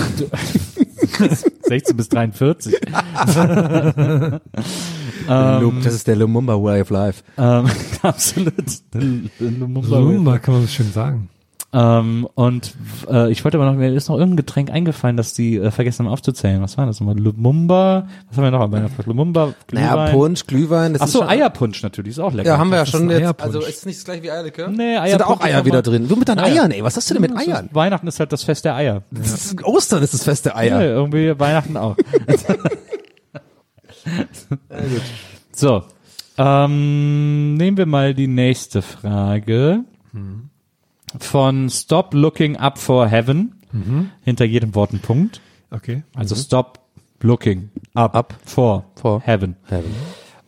[SPEAKER 5] 16 bis 43.
[SPEAKER 3] Lump, das ist der Lumumba Way of Life.
[SPEAKER 5] Ähm, absolut. Lumumba.
[SPEAKER 4] Lumumba kann man so schön sagen.
[SPEAKER 5] Ähm, und äh, ich wollte aber noch, mir ist noch irgendein Getränk eingefallen, dass die äh, vergessen haben aufzuzählen. Was war das nochmal? Lumumba, was haben wir noch am Weihnachtsmarkt? Lumumba, Glühwein.
[SPEAKER 3] Naja, Punsch, Glühwein. Das
[SPEAKER 5] Ach so,
[SPEAKER 3] ist schon-
[SPEAKER 5] Eierpunsch natürlich, ist auch lecker.
[SPEAKER 3] Ja, haben wir ja schon
[SPEAKER 4] ein
[SPEAKER 3] jetzt.
[SPEAKER 4] Eierpunsch.
[SPEAKER 3] Also ist nicht das gleiche wie Eierlikör?
[SPEAKER 5] Nee, Eierpunsch
[SPEAKER 3] Sind da auch
[SPEAKER 5] ist
[SPEAKER 3] Eier
[SPEAKER 5] noch
[SPEAKER 3] wieder
[SPEAKER 5] mal-
[SPEAKER 3] drin. Du mit deinen Eiern, ey. Was hast du denn mit Eiern?
[SPEAKER 5] Weihnachten ist halt das Fest der Eier.
[SPEAKER 3] Das ist, Ostern ist das Fest der Eier.
[SPEAKER 5] Nee, irgendwie Weihnachten auch. so, ähm, nehmen wir mal die nächste Frage
[SPEAKER 3] Mhm.
[SPEAKER 5] von Stop Looking Up for Heaven.
[SPEAKER 3] Mhm.
[SPEAKER 5] Hinter jedem Wort ein Punkt.
[SPEAKER 4] Okay.
[SPEAKER 5] Also stop looking up, for,
[SPEAKER 3] For
[SPEAKER 5] heaven.
[SPEAKER 3] Heaven.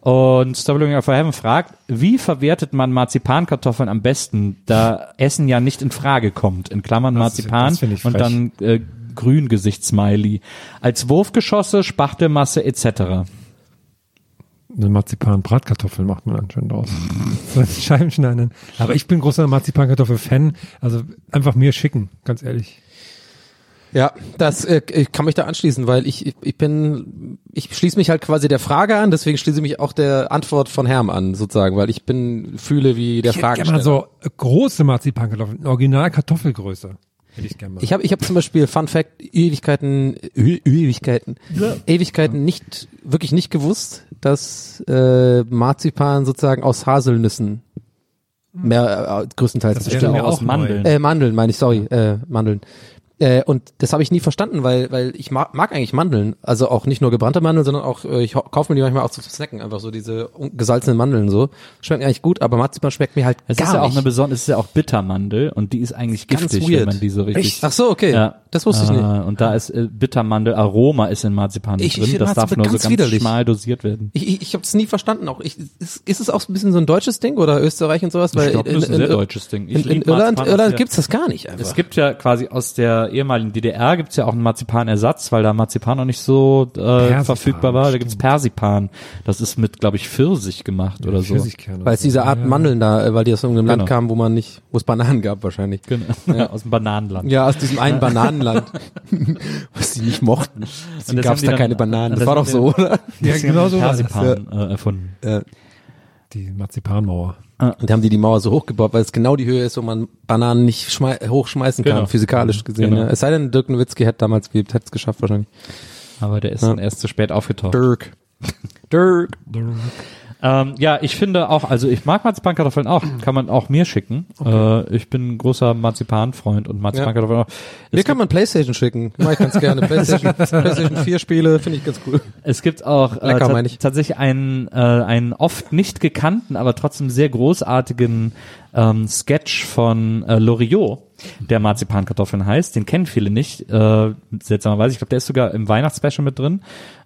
[SPEAKER 5] Und Stop Looking Up for Heaven fragt, wie verwertet man Marzipankartoffeln am besten, da Essen ja nicht in Frage kommt? In Klammern
[SPEAKER 4] Das ist-
[SPEAKER 5] Marzipan
[SPEAKER 4] das finde ich
[SPEAKER 5] und
[SPEAKER 4] frech.
[SPEAKER 5] dann äh, Grüngesichtsmiley. Als Wurfgeschosse, Spachtelmasse etc.
[SPEAKER 4] Eine Marzipan-Bratkartoffel macht man anscheinend draus. so mit Scheiben schneiden. Aber ich bin großer Marzipankartoffel-Fan. Also einfach mir schicken, ganz ehrlich.
[SPEAKER 3] Ja, das äh, ich kann mich da anschließen, weil ich, ich, ich bin, ich schließe mich halt quasi der Frage an, deswegen schließe ich mich auch der Antwort von Herm an, sozusagen, weil ich bin, fühle wie der
[SPEAKER 4] Ich hätte gerne
[SPEAKER 3] Fragesteller.
[SPEAKER 4] mal so große Marzipankartoffeln, original Kartoffelgröße. Hätte ich gerne mal.
[SPEAKER 3] Ich habe ich hab zum Beispiel Fun Fact Ewigkeiten Ö- Ewigkeiten Ewigkeiten nicht wirklich nicht gewusst, dass äh, Marzipan sozusagen aus Haselnüssen mehr äh, größtenteils
[SPEAKER 4] Das wäre
[SPEAKER 3] besteht.
[SPEAKER 4] mir auch
[SPEAKER 5] aus Mandeln.
[SPEAKER 4] neu.
[SPEAKER 3] Äh, Mandeln meine ich, sorry, äh, Mandeln. Äh, und das habe ich nie verstanden, weil weil ich mag, mag eigentlich Mandeln, also auch nicht nur gebrannte Mandeln, sondern auch äh, ich hau- kaufe mir die manchmal auch zum Snacken, einfach so diese un- gesalzenen Mandeln so. Schmecken eigentlich gut, aber Marzipan schmeckt mir halt
[SPEAKER 5] Es
[SPEAKER 3] gar
[SPEAKER 5] ist ja auch
[SPEAKER 3] nicht.
[SPEAKER 5] eine besondere, es ist ja auch Bittermandel und die ist eigentlich
[SPEAKER 3] Ganz
[SPEAKER 5] giftig,
[SPEAKER 3] weird.
[SPEAKER 5] wenn man die so richtig.
[SPEAKER 3] Echt? Ach so, okay. Das wusste ich
[SPEAKER 5] Äh,
[SPEAKER 3] nicht.
[SPEAKER 5] Und da ist äh, Bittermandelaroma ist in Marzipan
[SPEAKER 3] Ich-
[SPEAKER 5] nicht
[SPEAKER 3] ich
[SPEAKER 5] drin.
[SPEAKER 3] finde
[SPEAKER 5] Das darf
[SPEAKER 3] Marzipan
[SPEAKER 5] nur so
[SPEAKER 3] ganz
[SPEAKER 5] ganz
[SPEAKER 3] widerlich.
[SPEAKER 5] schmal dosiert werden.
[SPEAKER 3] Ich, ich, ich habe es nie verstanden. Auch ich, ist, ist es auch ein bisschen so ein deutsches Ding oder Österreich und sowas? Weil
[SPEAKER 5] glaub, das
[SPEAKER 3] in-
[SPEAKER 5] ist ein
[SPEAKER 3] in-
[SPEAKER 5] sehr deutsches Ding. Ich
[SPEAKER 3] In, in
[SPEAKER 5] lieb Marzipan
[SPEAKER 3] Irland,
[SPEAKER 5] aus
[SPEAKER 3] Irland
[SPEAKER 5] der-
[SPEAKER 3] gibt's das gar nicht. Einfach.
[SPEAKER 5] Es gibt ja quasi aus der ehemaligen DDR gibt's ja auch einen Marzipanersatz, weil da Marzipan noch nicht so äh,
[SPEAKER 4] Persipan,
[SPEAKER 5] verfügbar war. Da gibt's
[SPEAKER 4] stimmt.
[SPEAKER 5] Persipan. Das ist mit, glaube ich, Pfirsich gemacht oder so.
[SPEAKER 4] Pfirsichkerne.
[SPEAKER 3] weil es diese Art
[SPEAKER 4] Ja.
[SPEAKER 3] Mandeln da, äh, weil die aus irgendeinem Land
[SPEAKER 5] Genau.
[SPEAKER 3] kamen, wo man nicht, wo es Bananen gab wahrscheinlich.
[SPEAKER 5] Genau. Aus dem Bananenland.
[SPEAKER 3] Ja, aus diesem einen Bananenland, was die nicht mochten. Deswegen
[SPEAKER 5] das
[SPEAKER 3] gab's
[SPEAKER 5] haben die
[SPEAKER 3] da
[SPEAKER 5] dann-
[SPEAKER 3] keine Bananen.
[SPEAKER 5] und
[SPEAKER 3] Das
[SPEAKER 5] das
[SPEAKER 3] war
[SPEAKER 5] haben
[SPEAKER 3] doch so, oder?
[SPEAKER 4] Ja,
[SPEAKER 5] Deswegen
[SPEAKER 4] genau
[SPEAKER 5] haben die
[SPEAKER 4] so war das.
[SPEAKER 5] Persipan äh, erfunden.
[SPEAKER 4] Die Marzipanmauer.
[SPEAKER 3] Und da haben die die Mauer so hochgebaut, weil es genau die Höhe ist, wo man Bananen nicht schmei- hochschmeißen kann,
[SPEAKER 5] Genau.
[SPEAKER 3] physikalisch gesehen.
[SPEAKER 5] Genau.
[SPEAKER 3] Ja. Es sei denn, Dirk Nowitzki hätte damals, hätte es geschafft wahrscheinlich.
[SPEAKER 5] Aber der ist dann erst zu spät aufgetaucht.
[SPEAKER 3] Dirk. Dirk.
[SPEAKER 5] Ähm, ja, ich finde auch, also ich mag Marzipankartoffeln auch, kann man auch mir schicken. Äh, ich bin ein großer Marzipanfreund und Marzipankartoffeln auch.
[SPEAKER 3] Mir kann man Playstation schicken. Mach ich ganz gerne. Playstation, Playstation 4 Spiele finde ich ganz cool.
[SPEAKER 5] Es gibt auch äh,
[SPEAKER 3] Lecker,
[SPEAKER 5] ta-
[SPEAKER 3] meine ich.
[SPEAKER 5] tatsächlich einen, äh, einen oft nicht gekannten, aber trotzdem sehr großartigen ähm, Sketch von äh, Loriot, der Marzipankartoffeln heißt. Den kennen viele nicht, äh, seltsamerweise. Ich glaube, der ist sogar im Weihnachtsspecial mit drin,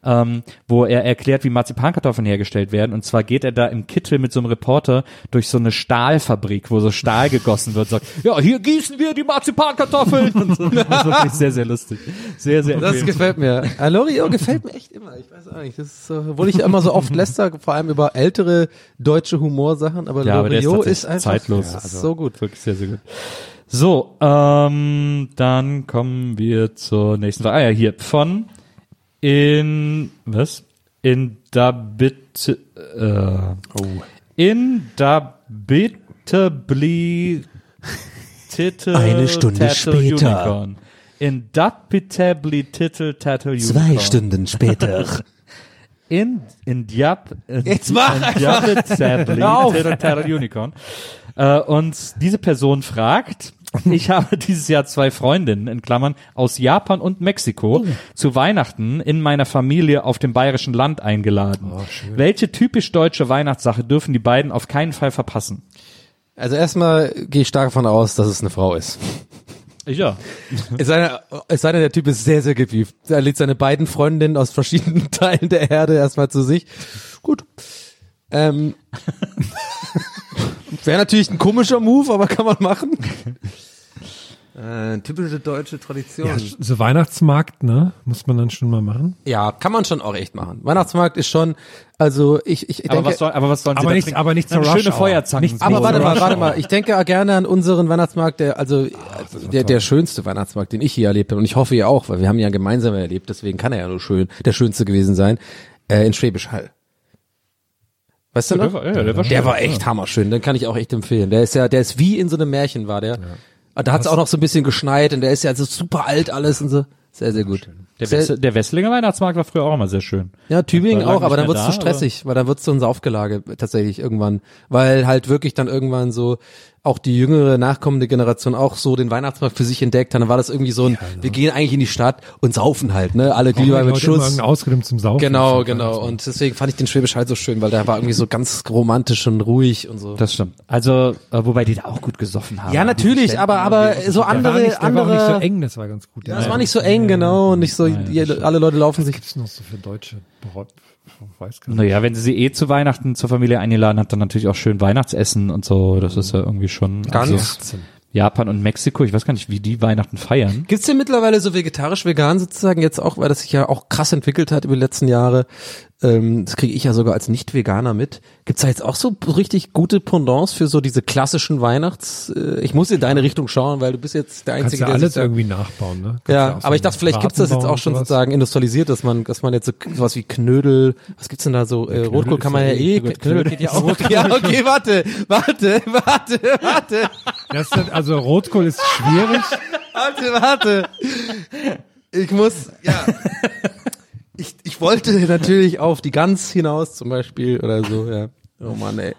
[SPEAKER 5] ähm, wo er erklärt, wie Marzipankartoffeln hergestellt werden. Und zwar geht er da im Kittel mit so einem Reporter durch so eine Stahlfabrik, wo so Stahl gegossen wird. Sagt, ja, hier gießen wir die Marzipankartoffeln. Und so. Das ist wirklich sehr, sehr lustig. Sehr, sehr
[SPEAKER 3] Das
[SPEAKER 5] empfehlenswert.
[SPEAKER 3] gefällt mir. Alorio gefällt mir echt immer. Ich weiß auch nicht. Das ist, äh, obwohl ich immer so oft läster, vor allem über ältere deutsche Humorsachen, aber
[SPEAKER 5] Ja, aber der ist
[SPEAKER 3] Loriot
[SPEAKER 5] tatsächlich
[SPEAKER 3] ist, einfach
[SPEAKER 5] zeitlos.
[SPEAKER 3] Das ist
[SPEAKER 5] Ja, also-
[SPEAKER 3] so gut.
[SPEAKER 5] Wirklich sehr, sehr gut. So, ähm, dann kommen wir zur nächsten Frage. Ah ja, hier von in was? In da bitte äh,
[SPEAKER 3] Oh.
[SPEAKER 5] in da bitte bli titel
[SPEAKER 3] Eine Stunde
[SPEAKER 5] tattle
[SPEAKER 3] später.
[SPEAKER 5] Unicorn. In da bitte bli titel tattle Unicorn.
[SPEAKER 3] Zwei Stunden später.
[SPEAKER 5] In, in Diab. In,
[SPEAKER 3] Jetzt mach
[SPEAKER 5] in
[SPEAKER 3] einfach.
[SPEAKER 5] Diab Tablet,
[SPEAKER 3] Hör auf.
[SPEAKER 5] Terror, Terror Unicorn. Äh, und diese Person fragt, ich habe dieses Jahr zwei Freundinnen, in Klammern, aus Japan und Mexiko, zu Weihnachten in meiner Familie auf dem bayerischen Land eingeladen. Welche typisch deutsche Weihnachtssache dürfen die beiden auf keinen Fall verpassen?
[SPEAKER 3] Also erstmal gehe ich stark davon aus, dass es eine Frau ist.
[SPEAKER 5] Ja.
[SPEAKER 3] Es sei, denn, es sei denn, der Typ ist sehr, sehr gewieft. Er lädt seine beiden Freundinnen aus verschiedenen Teilen der Erde erstmal zu sich. Gut. Ähm, Wäre natürlich ein komischer Move, aber kann man machen. Äh, typische deutsche Tradition.
[SPEAKER 4] Ja, so Weihnachtsmarkt, ne? Muss man dann schon mal machen.
[SPEAKER 3] Ja, kann man schon auch echt machen. Weihnachtsmarkt ist schon, also ich, ich denke,
[SPEAKER 5] Aber was, soll, aber was sollen
[SPEAKER 4] Aber
[SPEAKER 5] sie
[SPEAKER 4] nicht-
[SPEAKER 5] da trinken?
[SPEAKER 4] aber nicht zur
[SPEAKER 5] Eine
[SPEAKER 4] Rush
[SPEAKER 5] schöne
[SPEAKER 4] Hour.
[SPEAKER 5] Feuerzangen.
[SPEAKER 4] Nicht-
[SPEAKER 3] aber
[SPEAKER 4] Nee,
[SPEAKER 3] warte
[SPEAKER 4] so
[SPEAKER 3] mal,
[SPEAKER 4] Rush
[SPEAKER 3] warte
[SPEAKER 4] Hour.
[SPEAKER 3] mal. Ich denke auch gerne an unseren Weihnachtsmarkt, der also der, der schönste Weihnachtsmarkt, den ich hier erlebt habe. Und ich hoffe ja auch, weil wir haben ihn ja gemeinsam erlebt, deswegen kann er ja nur schön der schönste gewesen sein, äh, in Schwäbisch Hall. Weißt du
[SPEAKER 5] Ja,
[SPEAKER 3] noch?
[SPEAKER 5] der war- ja, der war schön,
[SPEAKER 3] echt hammerschön, den kann ich auch echt empfehlen. Der ist ja, der ist wie in so einem Märchen war der. Und Da hat es auch noch so ein bisschen geschneit und der ist ja also super alt alles und so. Sehr, sehr gut.
[SPEAKER 5] Der,
[SPEAKER 3] Sehr-
[SPEAKER 5] Wessel, der Wesslinger Weihnachtsmarkt war früher auch immer sehr schön.
[SPEAKER 3] ja, Tübingen
[SPEAKER 5] War lange
[SPEAKER 3] auch, aber
[SPEAKER 5] nicht
[SPEAKER 3] dann
[SPEAKER 5] mehr
[SPEAKER 3] wird's zu
[SPEAKER 5] da,
[SPEAKER 3] stressig, weil dann wird's so ein Saufgelage tatsächlich irgendwann, weil halt wirklich dann irgendwann so auch die jüngere nachkommende Generation auch so den Weihnachtsmarkt für sich entdeckt hat. Dann war das irgendwie so ein,
[SPEAKER 5] genau.
[SPEAKER 3] wir gehen eigentlich in die Stadt und saufen halt, ne? Alle
[SPEAKER 4] Brauchen die
[SPEAKER 3] Glühwein mit
[SPEAKER 4] Leute immer
[SPEAKER 3] Schuss.
[SPEAKER 4] irgendeine Ausrede um zum Saufen.
[SPEAKER 3] Genau, genau. Und deswegen fand ich den Schwäbisch halt so schön, weil der war irgendwie so ganz romantisch und ruhig und so.
[SPEAKER 5] Das stimmt. Also, äh, wobei die da auch gut gesoffen haben.
[SPEAKER 3] ja, natürlich, aber, aber so
[SPEAKER 4] Der war,
[SPEAKER 3] andere,
[SPEAKER 4] nicht, der
[SPEAKER 3] andere.
[SPEAKER 4] war auch nicht so eng, das war ganz gut.
[SPEAKER 3] Das war nicht so eng, genau. Und nicht so, die, alle Leute laufen sich.
[SPEAKER 4] Gibt's noch so für deutsche Brot? Weiß gar nicht.
[SPEAKER 5] Naja, wenn sie sie eh zu Weihnachten zur Familie eingeladen hat, dann natürlich auch schön Weihnachtsessen und so. Das ist ja irgendwie schon also, Japan und Mexiko. Ich weiß gar nicht, wie die Weihnachten feiern.
[SPEAKER 3] Gibt's denn mittlerweile so vegetarisch-vegan sozusagen jetzt auch, weil das sich ja auch krass entwickelt hat über die letzten Jahre? Ähm, das kriege ich ja sogar als Nicht-Veganer mit. Gibt's da jetzt auch so richtig gute Pendants für so diese klassischen Weihnachts? Äh, ich muss in deine Richtung schauen, weil du bist jetzt der
[SPEAKER 4] Kannst
[SPEAKER 3] Einzige,
[SPEAKER 4] ja
[SPEAKER 3] der
[SPEAKER 4] alles
[SPEAKER 3] sich da-
[SPEAKER 4] irgendwie nachbauen, ne? Kannst
[SPEAKER 3] ja,
[SPEAKER 4] auch so
[SPEAKER 3] aber ich dachte, vielleicht gibt's das jetzt
[SPEAKER 4] Braten
[SPEAKER 3] auch schon
[SPEAKER 4] bauen und sowas.
[SPEAKER 3] sozusagen industrialisiert, dass man, dass man jetzt so sowas wie Knödel, was gibt's denn da so? Äh, Rotkohl kann man ja
[SPEAKER 4] ist ja eh
[SPEAKER 3] eh,
[SPEAKER 4] gut.
[SPEAKER 3] Knödel geht ja auch. Ja, okay, warte, warte, warte, warte.
[SPEAKER 4] Das ist, also Rotkohl ist schwierig.
[SPEAKER 3] Warte, warte. Ich muss, ja. Ich, ich wollte natürlich auf die Gans hinaus zum Beispiel oder so, ja. Oh Mann, ey.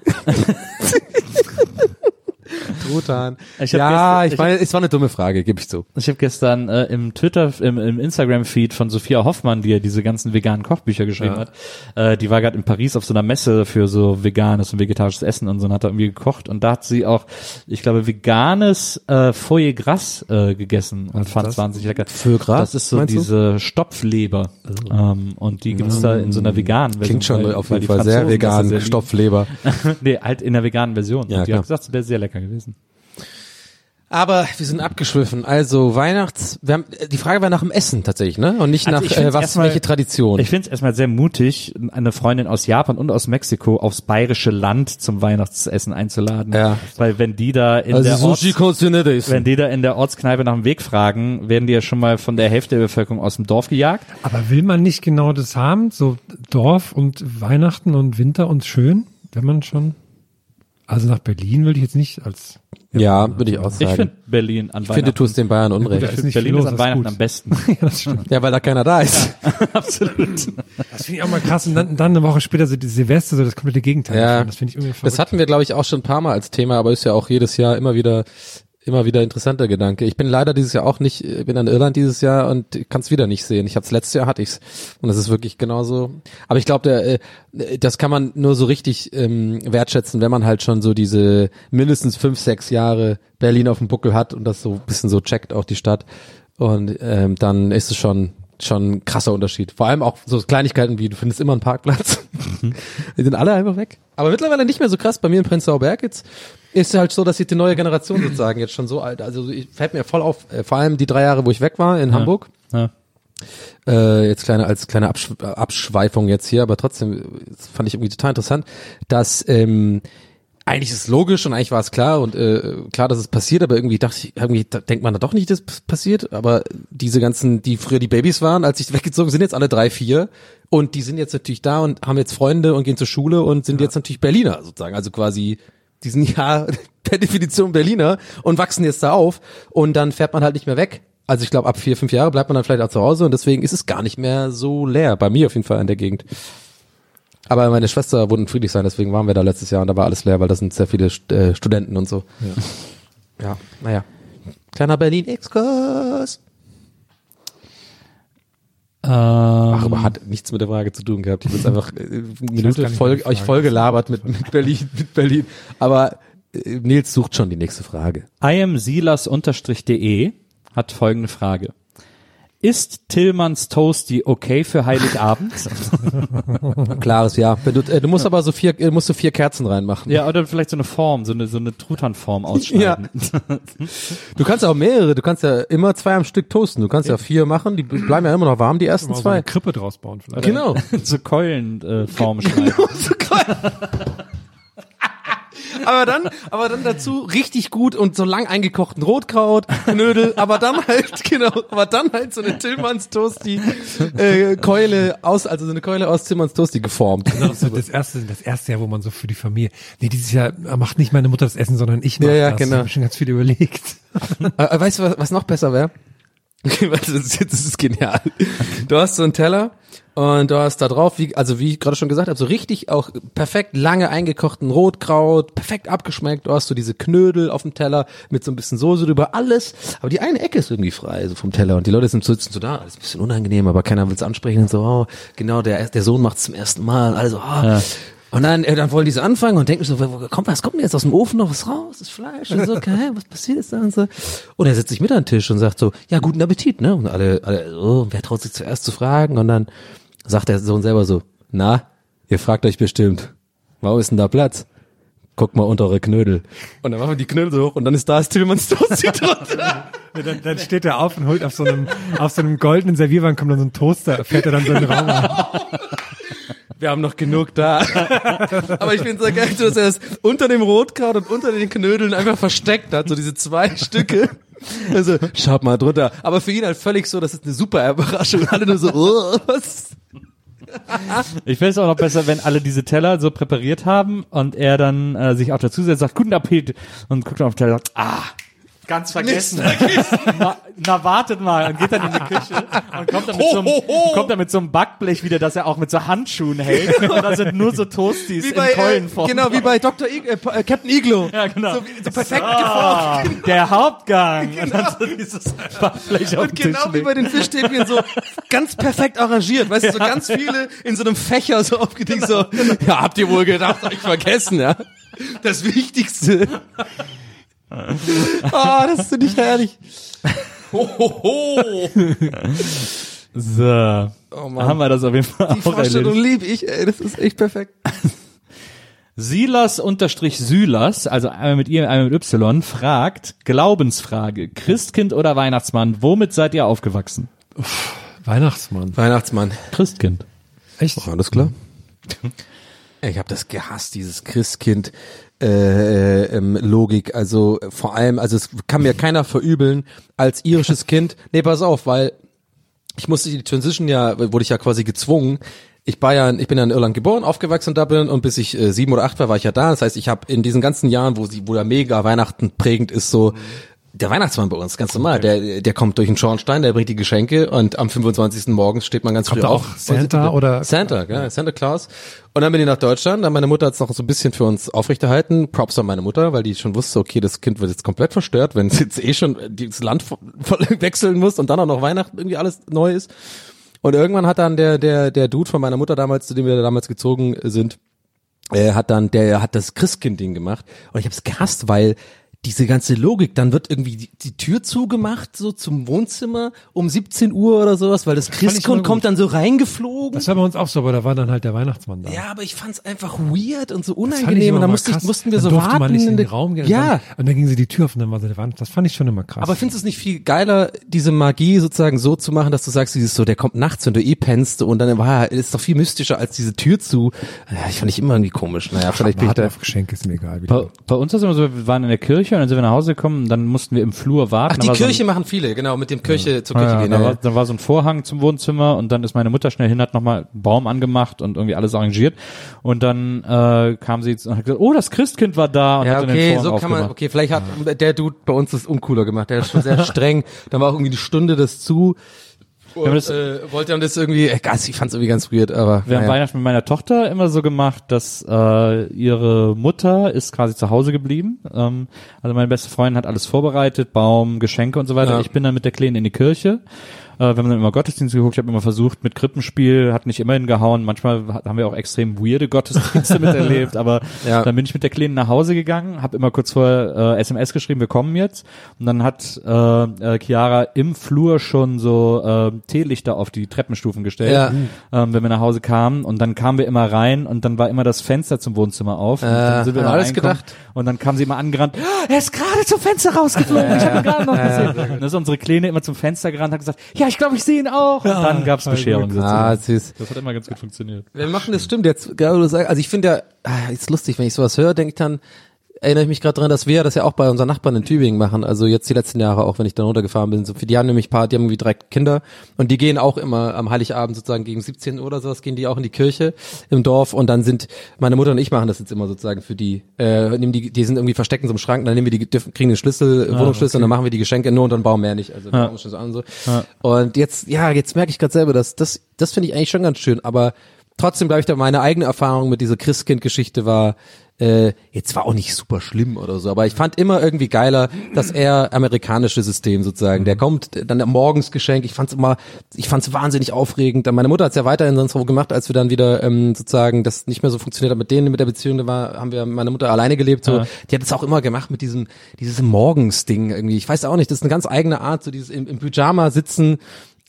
[SPEAKER 3] Truthahn.
[SPEAKER 5] Ich hab
[SPEAKER 3] ja,
[SPEAKER 5] gestern-
[SPEAKER 3] ich
[SPEAKER 5] ich
[SPEAKER 3] meine, es war eine dumme Frage, gebe ich zu.
[SPEAKER 5] Ich habe gestern äh, im Twitter, im, im Instagram-Feed von Sophia Hoffmann, die ja diese ganzen veganen Kochbücher geschrieben
[SPEAKER 3] Ja.
[SPEAKER 5] hat, äh, die war gerade in Paris auf so einer Messe für so veganes und vegetarisches Essen und so und hat da irgendwie gekocht und da hat sie auch, ich glaube, veganes äh, Foie Gras äh, gegessen und fand es wahnsinnig lecker.
[SPEAKER 3] Foie Gras,
[SPEAKER 5] Das ist so
[SPEAKER 3] meinst du?
[SPEAKER 5] diese Stopfleber ähm, und die gibt's da in so einer veganen Version.
[SPEAKER 3] Klingt schon
[SPEAKER 5] weil-
[SPEAKER 3] auf
[SPEAKER 5] weil
[SPEAKER 3] jeden
[SPEAKER 5] die
[SPEAKER 3] Fall sehr
[SPEAKER 5] Franzosen das
[SPEAKER 3] vegan,
[SPEAKER 5] sehr lieben.
[SPEAKER 3] Stopfleber.
[SPEAKER 5] nee, halt in der veganen Version.
[SPEAKER 3] Ja,
[SPEAKER 5] Ja, und die hat
[SPEAKER 3] klar.
[SPEAKER 5] gesagt, sie wäre sehr lecker gewesen.
[SPEAKER 3] Aber wir sind abgeschwiffen. Also Weihnachts, wir haben, äh, die Frage war nach dem Essen tatsächlich, ne? Und nicht
[SPEAKER 5] Also
[SPEAKER 3] nach
[SPEAKER 5] ich
[SPEAKER 3] äh,
[SPEAKER 5] find's
[SPEAKER 3] was,
[SPEAKER 5] erstmal-
[SPEAKER 3] welche Tradition.
[SPEAKER 5] Ich finde es erstmal sehr mutig, eine Freundin aus Japan und aus Mexiko aufs bayerische Land zum Weihnachtsessen einzuladen.
[SPEAKER 3] Ja. Also
[SPEAKER 5] Weil wenn die da in der Orts,
[SPEAKER 3] kannst du nicht
[SPEAKER 5] wenn die da in der Ortskneipe nach dem Weg fragen, werden die ja schon mal von der Hälfte der Bevölkerung aus dem Dorf gejagt.
[SPEAKER 4] Aber will man nicht genau das haben? So Dorf und Weihnachten und Winter und schön, wenn man schon. Also nach Berlin würde ich jetzt nicht als.
[SPEAKER 3] Ja, würde ich auch sagen.
[SPEAKER 5] Ich finde Berlin an
[SPEAKER 3] Ich finde, du
[SPEAKER 5] Weihnachten.
[SPEAKER 3] tust den Bayern Unrecht.
[SPEAKER 4] da ist nicht viel
[SPEAKER 5] Berlin
[SPEAKER 4] los,
[SPEAKER 5] ist an
[SPEAKER 4] das ist
[SPEAKER 5] Weihnachten
[SPEAKER 4] gut.
[SPEAKER 5] am besten.
[SPEAKER 4] ja, das stimmt.
[SPEAKER 3] Ja, weil da keiner da ist.
[SPEAKER 5] Absolut.
[SPEAKER 4] Das finde ich auch mal krass. Und dann, dann eine Woche später so die Silvester, so das komplette Gegenteil.
[SPEAKER 3] Ja,
[SPEAKER 4] davon. Das finde ich irgendwie verrückt.
[SPEAKER 3] das hatten wir, glaube ich, auch schon ein paar Mal als Thema, aber ist ja auch jedes Jahr immer wieder, immer wieder interessanter Gedanke. Ich bin leider dieses Jahr auch nicht, äh, bin in Irland dieses Jahr und kann es wieder nicht sehen. Ich habe es letztes Jahr hatte ich's und das ist wirklich genauso. Aber ich glaube, der, äh, das kann man nur so richtig ähm, wertschätzen, wenn man halt schon so diese mindestens fünf, sechs Jahre Berlin auf dem Buckel hat und das so ein bisschen so checkt auch die Stadt. Und ähm, dann ist es schon schon ein krasser Unterschied. Vor allem auch so Kleinigkeiten wie, du findest immer einen Parkplatz. Die sind alle einfach weg. Aber mittlerweile nicht mehr so krass. Bei mir in Prenzlauer Berg jetzt ist halt so, dass ich die neue Generation sozusagen jetzt schon so alt, also ich, fällt mir voll auf, äh, vor allem die drei Jahre, wo ich weg war in Hamburg.
[SPEAKER 5] Ja.
[SPEAKER 3] Äh, jetzt kleine, als kleine Absch Abschweifung jetzt hier, aber trotzdem äh, das fand ich irgendwie total interessant, dass ähm, eigentlich ist es logisch und eigentlich war es klar und äh, klar, dass es passiert, aber irgendwie dachte ich, irgendwie da denkt man da doch nicht, dass es passiert, aber diese ganzen, die früher die Babys waren, als ich weggezogen bin, sind jetzt alle drei, vier und die sind jetzt natürlich da und haben jetzt Freunde und gehen zur Schule und sind jetzt natürlich Berliner sozusagen, also quasi diesen Jahr per Definition Berliner und wachsen jetzt da auf und dann fährt man halt nicht mehr weg. Also ich glaube, ab vier, fünf Jahre bleibt man dann vielleicht auch zu Hause und deswegen ist es gar nicht mehr so leer, bei mir auf jeden Fall in der Gegend. Aber meine Schwester wohnt in Friedrichshain, deswegen waren wir da letztes Jahr und da war alles leer, weil da sind sehr viele St- äh, Studenten und so. Ja, naja. Kleiner Berlin-Exkurs. Ach, aber hat nichts mit der Frage zu tun gehabt. Ich bin einfach äh, Minute
[SPEAKER 4] gar nicht,
[SPEAKER 3] voll,
[SPEAKER 4] was die
[SPEAKER 3] euch
[SPEAKER 4] Frage
[SPEAKER 3] voll gelabert mit, mit Berlin, mit Berlin. Aber äh, Nils sucht schon die nächste Frage.
[SPEAKER 5] imsilas-de E hat folgende Frage. Ist Tillmanns Toasty okay für Heiligabend?
[SPEAKER 3] Klares Ja. Wenn du, äh, du musst aber so vier, äh, musst du vier Kerzen reinmachen.
[SPEAKER 5] ja, oder vielleicht so eine Form, so eine, so eine Truthahn-Form ausschneiden.
[SPEAKER 3] Du kannst auch mehrere, du kannst ja immer zwei am Stück toasten. Du kannst ja vier machen, die bleiben ja immer noch warm, die ersten
[SPEAKER 4] Mal so eine
[SPEAKER 3] zwei.
[SPEAKER 4] Krippe draus bauen vielleicht.
[SPEAKER 3] Genau.
[SPEAKER 5] so Keulen-Form schneiden.
[SPEAKER 3] Aber dann, aber dann dazu richtig gut und so lang eingekochten Rotkraut, Knödel, aber dann halt, genau, aber dann halt so eine Tillmanns Toasty, äh, Keule aus, also so eine Keule aus Tillmanns Toasty geformt.
[SPEAKER 4] Das, ist das erste, das erste Jahr, wo man so für die Familie. Nee, dieses Jahr macht nicht meine Mutter das Essen, sondern ich mache
[SPEAKER 3] Ja, ja,
[SPEAKER 4] das.
[SPEAKER 3] genau.
[SPEAKER 4] Ich habe schon ganz viel überlegt.
[SPEAKER 3] Äh, äh, weißt du, was, was noch besser wäre? Okay, warte, das ist, jetzt ist es genial. Du hast so einen Teller und du hast da drauf, wie, also wie ich gerade schon gesagt habe, so richtig auch perfekt lange eingekochten Rotkraut, perfekt abgeschmeckt. Du hast so diese Knödel auf dem Teller mit so ein bisschen Soße drüber, alles. Aber die eine Ecke ist irgendwie frei so vom Teller und die Leute sind sitzen so da, alles ein bisschen unangenehm, aber keiner will es ansprechen und so, oh, genau, der, der Sohn macht es zum ersten Mal, also, oh. Und dann, äh, dann wollen die so anfangen und denken so, wo- wo- kommt, was kommt denn jetzt aus dem Ofen noch was raus? Das Fleisch? Und so, okay, hä, was passiert jetzt da? Und, so. und er setzt sich mit an den Tisch und sagt so, ja, guten Appetit, ne? Und alle, alle oh, wer traut sich zuerst zu fragen? Und dann sagt der Sohn selber so, na, ihr fragt euch bestimmt, warum ist denn da Platz? Guckt mal unter eure Knödel. Und dann machen wir die Knödel so hoch und dann ist da das Tillmanns Toasty drunter.
[SPEAKER 4] dann, dann steht er auf und holt auf so einem, auf so einem goldenen Servierwagen kommt dann so ein Toaster, fährt er dann so einen Raum an.
[SPEAKER 3] Wir haben noch genug da. Aber ich bin so geil, dass er es unter dem Rotkraut und unter den Knödeln einfach versteckt hat, so diese zwei Stücke. Also, schaut mal drunter. Aber für ihn halt völlig so, das ist eine super Überraschung. Alle nur so, oh, was?
[SPEAKER 5] Ich fände es auch noch besser, wenn alle diese Teller so präpariert haben und er dann äh, sich auch dazu setzt, sagt, guten Appetit und guckt auf den Teller und sagt, ah, ganz vergessen. na, na, wartet mal und geht dann in die Küche und kommt dann mit, so, einem,
[SPEAKER 3] Ho, ho, ho.
[SPEAKER 5] kommt dann mit so einem Backblech wieder, dass er auch mit so Handschuhen hält und da sind nur so Toasties in Keulenform.
[SPEAKER 3] genau, wie bei Dr. Ig äh, äh, Captain Iglo.
[SPEAKER 5] Ja, genau.
[SPEAKER 3] So, wie- so perfekt
[SPEAKER 5] Ah,
[SPEAKER 3] geformt. Genau.
[SPEAKER 5] der Hauptgang. Und dann so dieses Backblech auf
[SPEAKER 3] Und
[SPEAKER 5] den
[SPEAKER 3] genau
[SPEAKER 5] Tisch
[SPEAKER 3] wie bei
[SPEAKER 5] legt.
[SPEAKER 3] den Fischstäbchen so ganz perfekt arrangiert, weißt du, so ganz viele in so einem Fächer so aufgedeckt, so, ja, habt ihr wohl gedacht, hab ich vergessen, ja. Das Wichtigste. Ah, das finde ich herrlich. Ho, ho, ho.
[SPEAKER 5] So.
[SPEAKER 3] Oh Mann.
[SPEAKER 5] haben wir das auf jeden Fall
[SPEAKER 3] Die
[SPEAKER 5] auch
[SPEAKER 3] Vorstellung
[SPEAKER 5] erledigt.
[SPEAKER 3] lieb ich, ey, das ist echt perfekt.
[SPEAKER 5] Silas unterstrich Sylas, also einmal mit I, einmal mit Y, fragt, Glaubensfrage, Christkind oder Weihnachtsmann, womit seid ihr aufgewachsen?
[SPEAKER 4] Weihnachtsmann.
[SPEAKER 3] Weihnachtsmann. Oh,
[SPEAKER 5] Christkind.
[SPEAKER 4] Echt?
[SPEAKER 3] alles klar. Ich habe das gehasst, dieses Christkind. Äh, ähm, Logik, also äh, vor allem, also es kann mir keiner verübeln als irisches Kind. Nee, pass auf, weil ich musste die Transition ja, wurde ich ja quasi gezwungen. Ich war ja, in- ich bin ja in Irland geboren, aufgewachsen in Dublin und bis ich äh, sieben oder acht war, war ich ja da. Das heißt, ich habe in diesen ganzen Jahren, wo sie, wo ja mega Weihnachten prägend ist, so der Weihnachtsmann bei uns, ganz normal. Der, der kommt durch den Schornstein, der bringt die Geschenke und am 25. Morgens steht man ganz
[SPEAKER 4] Kommt
[SPEAKER 3] früh
[SPEAKER 4] da auch
[SPEAKER 3] auf.
[SPEAKER 4] Santa oder-
[SPEAKER 3] Santa, ja, Santa Claus. Und dann bin ich nach Deutschland. Dann meine Mutter hat es noch so ein bisschen für uns aufrechterhalten. Props an meine Mutter, weil die schon wusste, okay, das Kind wird jetzt komplett verstört, wenn es jetzt eh schon äh, dieses Land vo- vo- wechseln muss und dann auch noch Weihnachten irgendwie alles neu ist. Und irgendwann hat dann der, der, der Dude von meiner Mutter damals, zu dem wir damals gezogen sind, äh, hat dann, der hat das Christkind-Ding gemacht. Und ich habe es gehasst, weil diese ganze Logik, dann wird irgendwie die, die Tür zugemacht, so zum Wohnzimmer um 17 Uhr oder sowas, weil das
[SPEAKER 4] ich immer
[SPEAKER 3] Christkind
[SPEAKER 4] gut.
[SPEAKER 3] kommt dann so reingeflogen.
[SPEAKER 4] Das war bei uns auch so, aber da war dann halt der Weihnachtsmann da.
[SPEAKER 3] Ja, aber ich fand's einfach weird und so
[SPEAKER 4] Das fand ich
[SPEAKER 3] unangenehm
[SPEAKER 4] immer
[SPEAKER 3] und dann
[SPEAKER 4] mal
[SPEAKER 3] musste ich,
[SPEAKER 4] krass.
[SPEAKER 3] mussten wir
[SPEAKER 4] dann
[SPEAKER 3] so
[SPEAKER 4] durfte
[SPEAKER 3] warten.
[SPEAKER 4] Man nicht in den
[SPEAKER 3] der-
[SPEAKER 4] Raum gehen.
[SPEAKER 3] ja,
[SPEAKER 4] Und dann, und dann ging sie die Tür auf und dann war sie der Wand. Das fand ich schon immer krass.
[SPEAKER 3] aber findest du es nicht viel geiler, diese Magie sozusagen so zu machen, dass du sagst, dieses so, der kommt nachts, wenn du eh pennst und dann war ist doch viel mystischer als diese Tür zu. Ja, ich fand ich immer irgendwie komisch. Naja, vielleicht bin ich
[SPEAKER 4] Warte
[SPEAKER 3] da.
[SPEAKER 4] auf Geschenk, ist mir egal. Wie
[SPEAKER 5] Bei, bei uns war es immer so, wir waren in der Kirche und dann sind wir nach Hause gekommen, dann mussten wir im Flur warten.
[SPEAKER 3] Ach, die
[SPEAKER 5] Da war so ein-
[SPEAKER 3] Kirche machen viele, genau, mit dem Kirche zur Kirche
[SPEAKER 5] Ja,
[SPEAKER 3] gehen.
[SPEAKER 5] da,
[SPEAKER 3] ja,
[SPEAKER 5] war,
[SPEAKER 3] ja.
[SPEAKER 5] da war so ein Vorhang zum Wohnzimmer und dann ist meine Mutter schnell hin, hat nochmal einen Baum angemacht und irgendwie alles arrangiert. Und dann äh, kam sie jetzt und hat gesagt, oh, das Christkind war da und
[SPEAKER 3] Ja,
[SPEAKER 5] hat dann den
[SPEAKER 3] okay,
[SPEAKER 5] Vorhang
[SPEAKER 3] so kann man,
[SPEAKER 5] aufgemacht.
[SPEAKER 3] okay, vielleicht hat der Dude bei uns das uncooler gemacht, der ist schon sehr streng, dann war auch irgendwie eine Stunde das zu und
[SPEAKER 5] das-
[SPEAKER 3] äh, wollte dann das irgendwie, äh, ganz- ich fand's irgendwie ganz weird, aber
[SPEAKER 5] Wir haben
[SPEAKER 3] naja.
[SPEAKER 5] Weihnachten mit meiner Tochter immer so gemacht, dass äh, ihre Mutter ist quasi zu Hause geblieben. Ähm, also meine beste Freundin hat alles vorbereitet, Baum, Geschenke und so weiter.
[SPEAKER 3] Ja.
[SPEAKER 5] Ich bin dann mit der Kleinen in die Kirche Äh, wenn man dann immer Gottesdienste geguckt, ich habe immer versucht mit Krippenspiel, hat nicht immer hingehauen. Manchmal hat- haben wir auch extrem weirde Gottesdienste miterlebt, aber
[SPEAKER 8] Ja.
[SPEAKER 5] dann bin ich mit der Kleinen nach Hause gegangen, habe immer kurz vorher äh, SMS geschrieben, wir kommen jetzt. Und dann hat äh, äh, Chiara im Flur schon so äh, Teelichter auf die Treppenstufen gestellt,
[SPEAKER 8] Ja.
[SPEAKER 5] ähm, wenn wir nach Hause kamen. Und dann kamen wir immer rein und dann war immer das Fenster zum Wohnzimmer auf. und dann
[SPEAKER 8] haben
[SPEAKER 5] immer
[SPEAKER 8] Äh, alles
[SPEAKER 5] reingekommen
[SPEAKER 8] gedacht.
[SPEAKER 5] Und dann kam sie immer angerannt, "Ah, er ist gerade zum Fenster rausgeflogen, ich habe ihn gerade noch gesehen. Und dann ist unsere Kleine immer zum Fenster gerannt, hat gesagt, ja, ich glaube, ich sehe ihn auch. Und dann gab's Bescherung.
[SPEAKER 8] Ah, süß.
[SPEAKER 5] Das hat immer ganz gut funktioniert.
[SPEAKER 8] Wir machen das stimmt jetzt, gerade du sagst, also ich finde ja, ah, ist lustig, wenn ich sowas höre, denke ich dann, erinnere ich mich gerade daran, dass wir das ja auch bei unseren Nachbarn in Tübingen machen, also jetzt die letzten Jahre auch, wenn ich dann runtergefahren bin, so, die haben nämlich paar, die haben irgendwie drei Kinder und die gehen auch immer am Heiligabend sozusagen gegen 17 Uhr oder sowas, gehen die auch in die Kirche im Dorf und dann sind, meine Mutter und ich machen das jetzt immer sozusagen für die, äh, nehmen die, die sind irgendwie versteckt in so einem Schrank, dann nehmen wir die, dürfen, kriegen den Schlüssel, Wohnungsschlüssel und dann machen wir die Geschenke nur und dann bauen wir ja nicht, also wir
[SPEAKER 5] Ah, Ja.
[SPEAKER 8] bauen schon so an und so.
[SPEAKER 5] Ja.
[SPEAKER 8] Und jetzt, ja, jetzt merke ich gerade selber, dass das, das finde ich eigentlich schon ganz schön, aber trotzdem glaube ich, da meine eigene Erfahrung mit dieser Christkind-Geschichte war, äh, jetzt war auch nicht super schlimm oder so, aber ich fand immer irgendwie geiler, das eher amerikanische System sozusagen. Der kommt äh, dann am Morgensgeschenk. Ich fand's immer, ich fand's wahnsinnig aufregend. Dann Meine Mutter hat's ja weiterhin sonst so gemacht, als wir dann wieder ähm, sozusagen das nicht mehr so funktioniert hat mit denen, mit der Beziehung da war, haben wir meine Mutter alleine gelebt. So,
[SPEAKER 5] Ja.
[SPEAKER 8] die hat es auch immer gemacht mit diesem dieses Morgensding irgendwie. Ich weiß auch nicht, das ist eine ganz eigene Art, so dieses im, im Pyjama sitzen.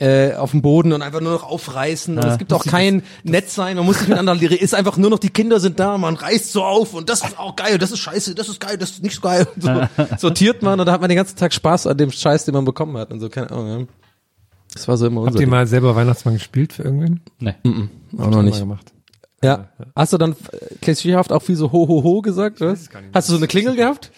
[SPEAKER 8] Äh, auf dem Boden und einfach nur noch aufreißen. Und es gibt auch kein Netz sein, man muss nicht miteinander reden. Ist einfach nur noch, die Kinder sind da, man reißt so auf und das ist auch geil, das ist scheiße, das ist geil, das ist nicht so geil. Und so sortiert man und da hat man den ganzen Tag Spaß an dem Scheiß, den man bekommen hat. Und so, keine Ahnung. ja. Das war so immer
[SPEAKER 4] Habt
[SPEAKER 8] unser
[SPEAKER 4] ihr
[SPEAKER 8] Ding.
[SPEAKER 4] mal selber Weihnachtsmann gespielt für irgendwen?
[SPEAKER 5] Nee.
[SPEAKER 8] Auch noch
[SPEAKER 4] Mal
[SPEAKER 8] nicht.
[SPEAKER 4] gemacht.
[SPEAKER 8] Ja. Hast du dann äh, klischeehaft auch viel so ho ho ho gesagt? Oder? Hast du so eine Klingel gehabt?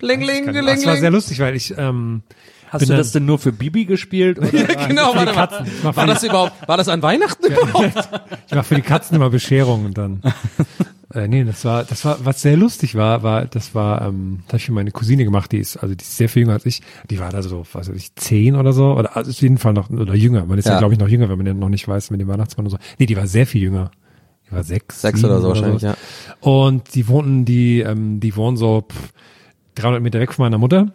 [SPEAKER 8] Ling, ling, ling,
[SPEAKER 4] Das war sehr
[SPEAKER 8] ling.
[SPEAKER 4] lustig, weil ich, ähm,
[SPEAKER 5] Hast
[SPEAKER 4] Bin
[SPEAKER 5] du
[SPEAKER 4] dann-
[SPEAKER 5] das denn nur für Bibi gespielt? Oder?
[SPEAKER 8] Ja, genau, warte mal.
[SPEAKER 4] mach
[SPEAKER 8] War das überhaupt, war das an Weihnachten überhaupt?
[SPEAKER 4] Ich mache für die Katzen immer Bescherung und dann. Äh, nee, das war, das war, was sehr lustig war, war, das war, ähm, das habe ich für meine Cousine gemacht, die ist, also die ist sehr viel jünger als ich, die war da so, was weiß ich, zehn oder so, oder also auf jeden Fall noch, oder jünger, man ist ja,
[SPEAKER 8] Ja.
[SPEAKER 4] glaub glaube ich, noch jünger, wenn man ja noch nicht weiß, mit dem Weihnachtsmann und so. Nee, die war sehr viel jünger. Die war sechs.
[SPEAKER 8] Sechs
[SPEAKER 4] sieben
[SPEAKER 8] oder so wahrscheinlich, ja.
[SPEAKER 4] Und die wohnten, die, ähm, die wohnen so pff, 300 Meter weg von meiner Mutter.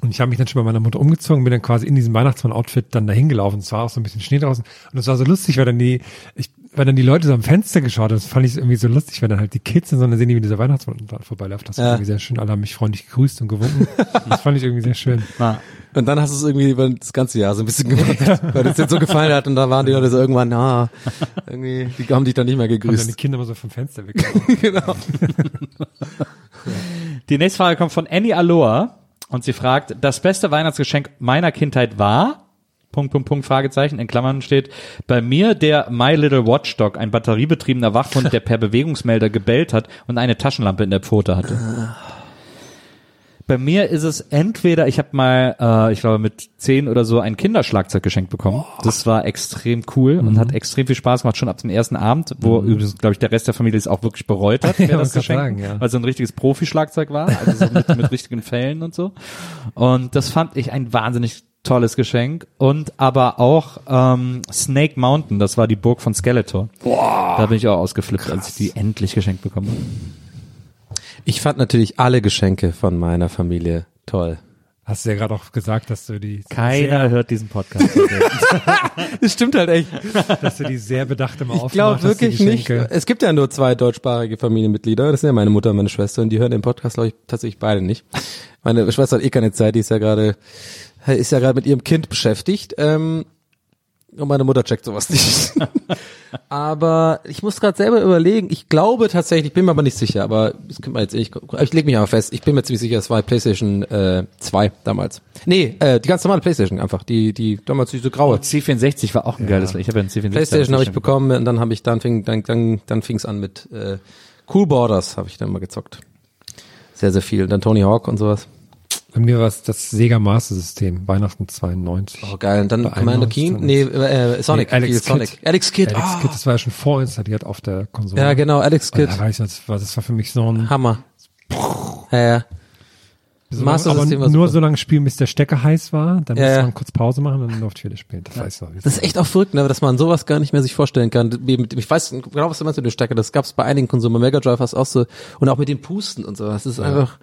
[SPEAKER 4] Und ich habe mich dann schon bei meiner Mutter umgezogen, bin dann quasi in diesem Weihnachtsmann-Outfit dann dahin gelaufen. Es war auch so ein bisschen Schnee draußen. Und es war so lustig, weil dann die, ich, weil dann die Leute so am Fenster geschaut haben. Das fand ich irgendwie so lustig, weil dann halt die Kids sind, sondern sehen die, wie dieser Weihnachtsmann dran vorbeiläuft. Das war
[SPEAKER 8] Ja.
[SPEAKER 4] irgendwie sehr schön. Alle haben mich freundlich gegrüßt und gewunken. das fand ich irgendwie sehr schön.
[SPEAKER 5] Na,
[SPEAKER 8] Und dann hast du es irgendwie über das ganze Jahr so ein bisschen gemacht, weil es dir so gefallen hat und da waren die Leute so irgendwann, na, irgendwie, die haben dich dann nicht mehr
[SPEAKER 4] Und dann die
[SPEAKER 8] gegrüßt.
[SPEAKER 4] Kinder immer so vom Fenster weg.
[SPEAKER 8] genau.
[SPEAKER 5] Die nächste Frage kommt von Annie Aloha und sie fragt, das beste Weihnachtsgeschenk meiner Kindheit war? Punkt, Punkt, Punkt, Fragezeichen, in Klammern steht, bei mir der My Little Watchdog, ein batteriebetriebener Wachhund, der per Bewegungsmelder gebellt hat und eine Taschenlampe in der Pfote hatte. Bei mir ist es entweder, ich habe mal, äh, ich glaube mit zehn oder so ein Kinderschlagzeug geschenkt bekommen. Das war extrem cool
[SPEAKER 4] Mhm.
[SPEAKER 5] und hat extrem viel Spaß gemacht, schon ab dem ersten Abend, wo übrigens, glaube ich, der Rest der Familie es auch wirklich bereut hat, mir
[SPEAKER 4] Ja,
[SPEAKER 5] das
[SPEAKER 4] wollte grad
[SPEAKER 5] geschenkt,
[SPEAKER 4] sagen, ja.
[SPEAKER 5] weil es so ein richtiges Profi-Schlagzeug war, also so mit, mit richtigen Fällen und so. Und das fand ich ein wahnsinnig tolles Geschenk und aber auch ähm, Snake Mountain, das war die Burg von Skeletor. Da bin ich auch ausgeflippt, als ich die endlich geschenkt bekommen habe.
[SPEAKER 8] Ich fand natürlich alle Geschenke von meiner Familie toll.
[SPEAKER 4] Hast du ja gerade auch gesagt, dass du die,
[SPEAKER 5] Keiner hört diesen Podcast.
[SPEAKER 8] Das stimmt halt echt.
[SPEAKER 4] dass du die sehr bedacht immer
[SPEAKER 8] Ich glaube
[SPEAKER 4] aufmachst, dass die
[SPEAKER 8] wirklich nicht.
[SPEAKER 4] Geschenke-
[SPEAKER 8] Es gibt ja nur zwei deutschsprachige Familienmitglieder. Das sind ja meine Mutter und meine Schwester. Und die hören den Podcast, glaube ich, tatsächlich beide nicht. Meine Schwester hat eh keine Zeit. Die ist ja gerade, ist ja gerade mit ihrem Kind beschäftigt. Ähm, und meine Mutter checkt sowas nicht. aber ich muss gerade selber überlegen. Ich glaube tatsächlich, bin mir aber nicht sicher. Aber das könnte man jetzt eh nicht. Ich lege mich aber fest. Ich bin mir ziemlich sicher, es war PlayStation äh, 2 damals. Nee, äh, die ganz normale PlayStation einfach. Die, die damals diese graue.
[SPEAKER 5] C64 war auch ein geiles. Ich habe ja einen C64.
[SPEAKER 8] PlayStation habe ich bekommen und dann habe ich dann fing dann dann, dann fing's an mit äh, Cool Borders habe ich dann mal gezockt. Sehr sehr viel und dann Tony Hawk und sowas.
[SPEAKER 4] Bei mir war es das Sega Master System, Weihnachten 92.
[SPEAKER 8] Oh geil und dann
[SPEAKER 4] Bei
[SPEAKER 8] Commander
[SPEAKER 4] einem
[SPEAKER 8] Keen,
[SPEAKER 4] Monster.
[SPEAKER 8] nee, äh, Sonic,
[SPEAKER 4] Nee, Alex
[SPEAKER 8] Hier,
[SPEAKER 4] Kidd.
[SPEAKER 8] Sonic. Alex Kidd.
[SPEAKER 4] Alex
[SPEAKER 8] oh.
[SPEAKER 4] Kidd, das war ja schon vorinstalliert auf der Konsole.
[SPEAKER 8] Ja, genau, Alex
[SPEAKER 4] Und
[SPEAKER 8] Kidd.
[SPEAKER 4] Da war ich, das, war, das war für mich so ein
[SPEAKER 8] Hammer. Ja, ja.
[SPEAKER 4] so,
[SPEAKER 8] Master
[SPEAKER 4] aber
[SPEAKER 8] System war
[SPEAKER 4] nur
[SPEAKER 8] super.
[SPEAKER 4] so lange spielen, bis der Stecker heiß war, dann
[SPEAKER 8] Ja,
[SPEAKER 4] musste
[SPEAKER 8] ja.
[SPEAKER 4] man kurz Pause machen und dann durfte ich wieder spielen. Das weiß ich noch.
[SPEAKER 8] Das ist echt auch verrückt, ne, dass man sowas gar nicht mehr sich vorstellen kann. Wie mit- Ich weiß genau, was du meinst mit der Stärke. Das gab's bei einigen Konsolen. Bei Mega Drive hast du auch so. Und auch mit den Pusten und sowas. Das ist einfach,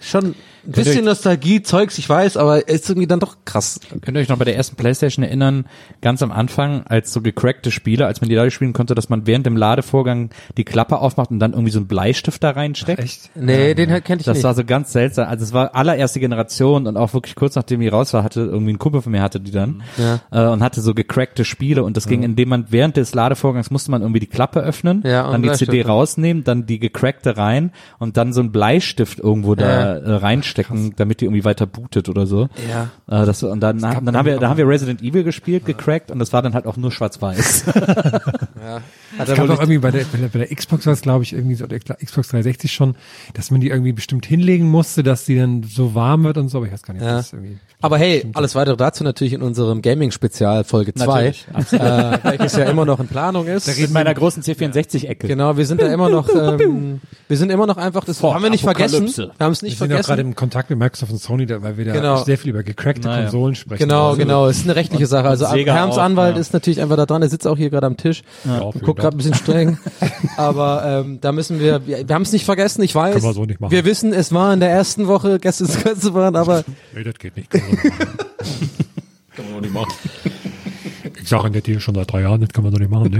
[SPEAKER 8] schon ein bisschen Nostalgie-Zeugs, ich weiß, aber ist irgendwie dann doch krass.
[SPEAKER 5] Könnt ihr euch noch bei der ersten Playstation erinnern, ganz am Anfang, als so gecrackte Spiele, als man die da spielen konnte, dass man während dem Ladevorgang die Klappe aufmacht und dann irgendwie so einen Bleistift da reinsteckt?
[SPEAKER 8] echt? Nee, den halt kenn ich
[SPEAKER 5] das
[SPEAKER 8] nicht.
[SPEAKER 5] war so ganz seltsam. Also es war allererste Generation und auch wirklich kurz nachdem ich raus war, hatte irgendwie ein Kumpel von mir hatte die
[SPEAKER 8] Mhm.
[SPEAKER 5] dann äh, und hatte so gecrackte Spiele und das ging, indem man während des Ladevorgangs musste man irgendwie die Klappe öffnen,
[SPEAKER 8] Ja, und
[SPEAKER 5] dann die CD
[SPEAKER 8] Bleistift.
[SPEAKER 5] rausnehmen, dann die gecrackte rein und dann so einen Bleistift irgendwo da äh, reinstecken, damit die irgendwie weiter bootet oder so.
[SPEAKER 8] Ja.
[SPEAKER 5] Äh, das, und dann, dann haben wir, da haben wir Resident Evil gespielt, gecrackt und das war dann halt auch nur schwarz-weiß.
[SPEAKER 4] Es gab auch irgendwie bei der, bei der, bei der Xbox war es, glaube ich, irgendwie so, oder Xbox 360 schon, dass man die irgendwie bestimmt hinlegen musste, dass die dann so warm wird und so, aber ich weiß gar nicht, ob
[SPEAKER 8] Ja.
[SPEAKER 4] das irgendwie.
[SPEAKER 8] Aber hey, alles weitere dazu natürlich in unserem Gaming-Spezial Folge 2,
[SPEAKER 5] Natürlich,
[SPEAKER 8] äh, welches ja immer noch in Planung ist.
[SPEAKER 5] In meiner großen C64-Ecke.
[SPEAKER 8] Genau, wir sind da immer noch, ähm, wir sind immer noch einfach, das
[SPEAKER 5] Fort,
[SPEAKER 8] haben wir nicht
[SPEAKER 5] Apokalypse.
[SPEAKER 8] vergessen. Wir haben es
[SPEAKER 4] Wir
[SPEAKER 8] nicht
[SPEAKER 4] sind ja auch gerade
[SPEAKER 8] vergessen.
[SPEAKER 4] im Kontakt mit Microsoft und Sony, da- weil wir da
[SPEAKER 8] Genau.
[SPEAKER 4] sehr viel über gecrackte
[SPEAKER 5] Naja.
[SPEAKER 4] Konsolen sprechen.
[SPEAKER 8] Genau,
[SPEAKER 4] Also,
[SPEAKER 8] genau, es ist eine rechtliche Sache. Also
[SPEAKER 5] Sega
[SPEAKER 8] Herms
[SPEAKER 5] auch,
[SPEAKER 8] Anwalt
[SPEAKER 5] ja.
[SPEAKER 8] ist natürlich einfach da dran, er sitzt auch hier gerade am Tisch
[SPEAKER 4] Ja,
[SPEAKER 8] und
[SPEAKER 4] vielen
[SPEAKER 8] guckt gerade ein
[SPEAKER 4] Dank.
[SPEAKER 8] bisschen streng. Aber ähm, da müssen wir, wir, wir haben es nicht vergessen, ich weiß.
[SPEAKER 4] Können wir so nicht machen.
[SPEAKER 8] wir wissen, es war in der ersten Woche, gestern ist gestern waren, aber
[SPEAKER 4] Nee, das geht nicht. Kann man nicht machen. Ich sage in der Tür schon seit drei Jahren, das kann man doch nicht machen, ne?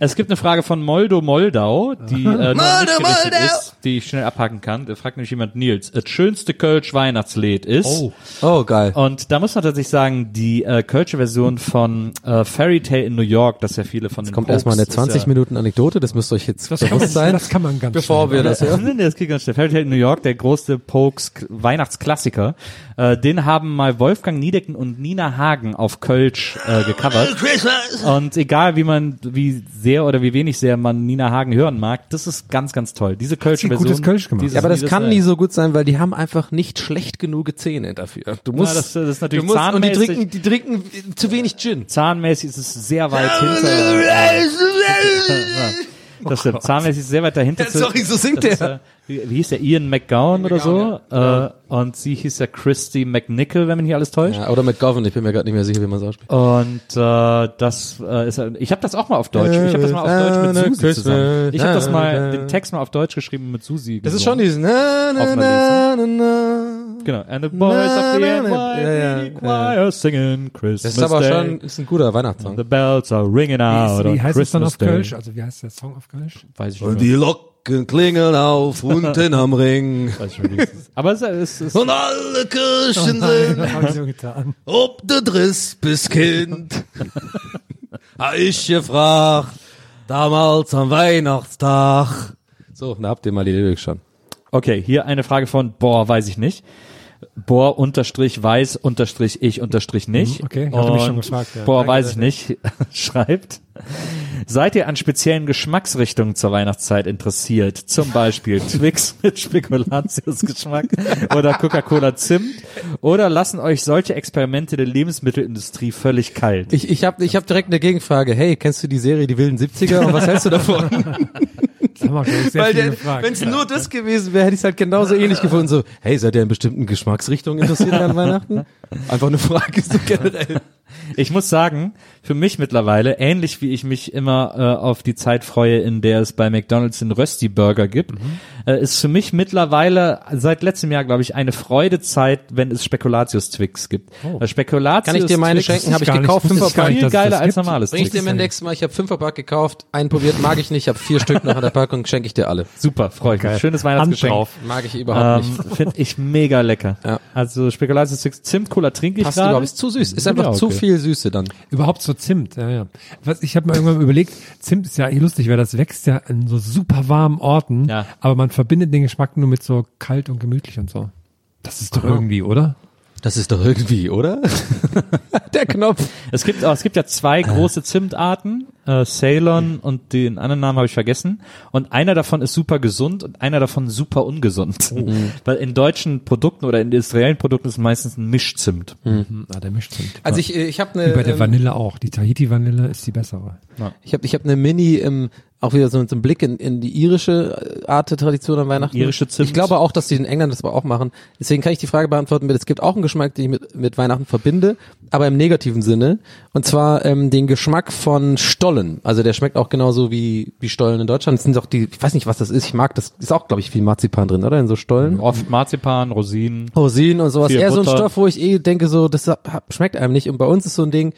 [SPEAKER 5] Es gibt eine Frage von Moldo Moldau, die äh, noch nicht gerichtet ist, die ich schnell abhaken kann. Da fragt nämlich jemand Nils, das schönste Kölsch-Weihnachtslied ist.
[SPEAKER 8] oh geil.
[SPEAKER 5] Und da muss man tatsächlich sagen, die äh, Kölsche Version von äh, Fairy Tale in New York, das ja viele von den
[SPEAKER 8] Kommt
[SPEAKER 5] Pokes,
[SPEAKER 8] erstmal eine
[SPEAKER 5] ist ja-
[SPEAKER 8] 20 Minuten Anekdote, das müsst ihr euch jetzt
[SPEAKER 4] kann man,
[SPEAKER 8] bewusst sein.
[SPEAKER 4] das kann man ganz
[SPEAKER 8] Bevor
[SPEAKER 4] schnell
[SPEAKER 8] wir das
[SPEAKER 5] Das,
[SPEAKER 8] hören.
[SPEAKER 5] nee, das geht ganz schnell. Fairy Tale in New York, der große Pokes Weihnachtsklassiker. Äh, den haben mal Wolfgang Niedecken und Nina Hagen auf Kölsch äh, gecovert. Und egal wie man, wie sehr oder wie wenig sehr man Nina Hagen hören mag, das ist ganz, ganz toll. Diese Kölsche
[SPEAKER 4] ein
[SPEAKER 5] Version.
[SPEAKER 4] gutes Kölsch gemacht.
[SPEAKER 5] dieses
[SPEAKER 8] Ja, aber das
[SPEAKER 5] Liedes,
[SPEAKER 8] kann
[SPEAKER 5] äh,
[SPEAKER 8] nie so gut sein, weil die haben einfach nicht schlecht genug Zähne dafür. Du musst,
[SPEAKER 5] das- das ist natürlich
[SPEAKER 8] du musst und die
[SPEAKER 5] zahnmäßig.
[SPEAKER 8] trinken, die trinken zu wenig Gin.
[SPEAKER 5] Zahnmäßig ist es sehr weit hinter. Das stimmt. Zahnmäßig ist es sehr weit dahinter.
[SPEAKER 8] Ja, sorry, so singt
[SPEAKER 5] Das ist,
[SPEAKER 8] der.
[SPEAKER 5] äh, Wie, wie hieß der? Ian McGowan oder so? Äh, und sie hieß ja Christy McNichol, wenn man hier alles täuscht.
[SPEAKER 8] Ja, oder McGovern, ich bin mir gerade nicht mehr sicher, wie man es ausspricht.
[SPEAKER 5] Und äh, das äh, ist, ich habe das auch mal auf Deutsch. Ich habe das mal auf Deutsch mit Susi zusammen. Ich habe das mal den Text mal auf Deutsch geschrieben und mit Susi.
[SPEAKER 8] Das ist schon
[SPEAKER 5] gesungen.
[SPEAKER 8] dieses na, na, na, na, na.
[SPEAKER 5] genau. And the boys of the
[SPEAKER 8] Na,
[SPEAKER 5] NYPD
[SPEAKER 8] na, ja, ja.
[SPEAKER 5] choir singing Christmas
[SPEAKER 8] Das ist aber
[SPEAKER 5] Day.
[SPEAKER 8] schon, ist ein guter Weihnachtssong.
[SPEAKER 5] The bells are ringing out.
[SPEAKER 4] Wie,
[SPEAKER 5] on
[SPEAKER 4] wie heißt es dann
[SPEAKER 5] Ah, Christmas
[SPEAKER 4] auf
[SPEAKER 5] Day.
[SPEAKER 4] Kölsch? Also wie heißt der Song auf Kölsch?
[SPEAKER 5] Weiß ich nicht.
[SPEAKER 8] Und
[SPEAKER 5] mehr.
[SPEAKER 8] die Glocken klingeln auf unten am Ring.
[SPEAKER 5] Aber es ist, es ist
[SPEAKER 8] Und alle Kirchen sind
[SPEAKER 4] Das habe ich so getan.
[SPEAKER 8] ob de Driss bis Kind. ha ich gefragt, damals am Weihnachtstag. So, na habt ihr mal die Lyrik schon.
[SPEAKER 5] Okay, hier eine Frage von Boah, weiß ich nicht. Boah, unterstrich, weiß, unterstrich, ich, unterstrich nicht.
[SPEAKER 4] Mhm, okay, hatte mich schon
[SPEAKER 5] Und
[SPEAKER 4] gefragt, ja.
[SPEAKER 5] Boah, weiß ich nicht, schreibt. Seid ihr an speziellen Geschmacksrichtungen zur Weihnachtszeit interessiert? Zum Beispiel Twix mit Spekulatius-Geschmack oder Coca-Cola Zimt? Oder lassen euch solche Experimente der Lebensmittelindustrie völlig kalt?
[SPEAKER 8] Ich, ich habe ich hab direkt eine Gegenfrage. Hey, kennst du die Serie Die wilden 70er und was hältst du davon?
[SPEAKER 4] Das haben wir, glaube ich, sehr
[SPEAKER 8] Weil
[SPEAKER 4] viel
[SPEAKER 8] der,
[SPEAKER 4] gefragt.
[SPEAKER 8] wenn es nur das gewesen wäre, hätte ich es halt genauso ähnlich gefunden. So, hey, seid ihr in bestimmten Geschmacksrichtungen interessiert an Weihnachten? Einfach eine Frage so generell.
[SPEAKER 5] Ich muss sagen, für mich mittlerweile, ähnlich wie ich mich immer äh, auf die Zeit freue, in der es bei McDonalds den Rösti Burger gibt,
[SPEAKER 8] Mhm.
[SPEAKER 5] äh, ist für mich mittlerweile seit letztem Jahr, glaube ich, eine Freudezeit, wenn es Spekulatius Twix gibt. Weil Spekulatius
[SPEAKER 8] Oh. Kann ich dir meine
[SPEAKER 5] Twix
[SPEAKER 8] schenken? Habe ich
[SPEAKER 4] gar nicht-
[SPEAKER 8] gekauft,
[SPEAKER 4] wusste ich
[SPEAKER 8] fünfer
[SPEAKER 4] gar
[SPEAKER 8] Pack.
[SPEAKER 4] nicht,
[SPEAKER 5] viel
[SPEAKER 4] dass es das
[SPEAKER 5] geiler als
[SPEAKER 4] gibt.
[SPEAKER 5] normales
[SPEAKER 8] Bring ich dir
[SPEAKER 5] Twix.
[SPEAKER 8] beim nächsten Mal. Ich habe fünfer Pack gekauft, einen probiert, mag ich nicht, habe vier Stück noch in der Packung, schenke ich dir alle.
[SPEAKER 5] Super, freue ich mich.
[SPEAKER 4] Geil.
[SPEAKER 5] Schönes
[SPEAKER 4] Hand
[SPEAKER 5] Weihnachtsgeschenk.
[SPEAKER 4] drauf.
[SPEAKER 8] Mag ich überhaupt
[SPEAKER 5] Ähm,
[SPEAKER 8] nicht.
[SPEAKER 5] Finde ich mega lecker.
[SPEAKER 8] Ja.
[SPEAKER 5] Also Spekulatius Twix, Zimt, Cola trinke ich
[SPEAKER 8] Passt überhaupt,
[SPEAKER 5] gerade.
[SPEAKER 8] ist zu süß. Ist
[SPEAKER 5] Ja,
[SPEAKER 8] einfach zu
[SPEAKER 5] okay.
[SPEAKER 8] viel Süße dann.
[SPEAKER 4] Überhaupt so Zimt, ja, ja. Was, ich habe mir irgendwann überlegt, Zimt ist ja eh lustig, weil das wächst ja in so super warmen Orten,
[SPEAKER 5] Ja.
[SPEAKER 4] aber man verbindet den Geschmack nur mit so kalt und gemütlich und so. Das ist doch irgendwie, oder?
[SPEAKER 8] Das ist doch irgendwie, oder? der Knopf.
[SPEAKER 5] Es gibt, oh, es gibt ja zwei
[SPEAKER 8] Äh.
[SPEAKER 5] große Zimtarten, äh,
[SPEAKER 8] Hm.
[SPEAKER 5] Ceylon und den anderen Namen habe ich vergessen. Und einer davon ist super gesund und einer davon super ungesund.
[SPEAKER 8] Oh.
[SPEAKER 5] Weil in deutschen Produkten oder in industriellen Produkten ist meistens ein Mischzimt.
[SPEAKER 8] Hm.
[SPEAKER 4] Ah, der Mischzimt.
[SPEAKER 8] Also ich, ich habe
[SPEAKER 4] Wie bei der
[SPEAKER 8] eine,
[SPEAKER 4] Vanille auch. Die Tahiti-Vanille ist die bessere.
[SPEAKER 8] ich hab, ich hab eine Mini ähm, auch wieder so mit so einem Blick in, in die irische äh, Art der Tradition an Weihnachten.
[SPEAKER 5] Irische Zimt.
[SPEAKER 8] Ich glaube auch, dass die in England das aber auch machen. Deswegen kann ich die Frage beantworten mit, es gibt auch einen Geschmack, den ich mit, mit Weihnachten verbinde, aber im negativen Sinne. Und zwar ähm, den Geschmack von Stollen. Also der schmeckt auch genauso wie, wie Stollen in Deutschland. Das sind auch die, ich weiß nicht, was das ist. Ich mag das. Ist auch, glaube ich, viel Marzipan drin, oder? In so Stollen.
[SPEAKER 5] Oft Marzipan, Rosinen.
[SPEAKER 8] Rosinen und sowas.
[SPEAKER 5] Viel
[SPEAKER 8] Eher so
[SPEAKER 5] Butter.
[SPEAKER 8] ein Stoff, wo ich eh denke, so, das hab- schmeckt einem nicht. Und bei uns ist so ein Ding,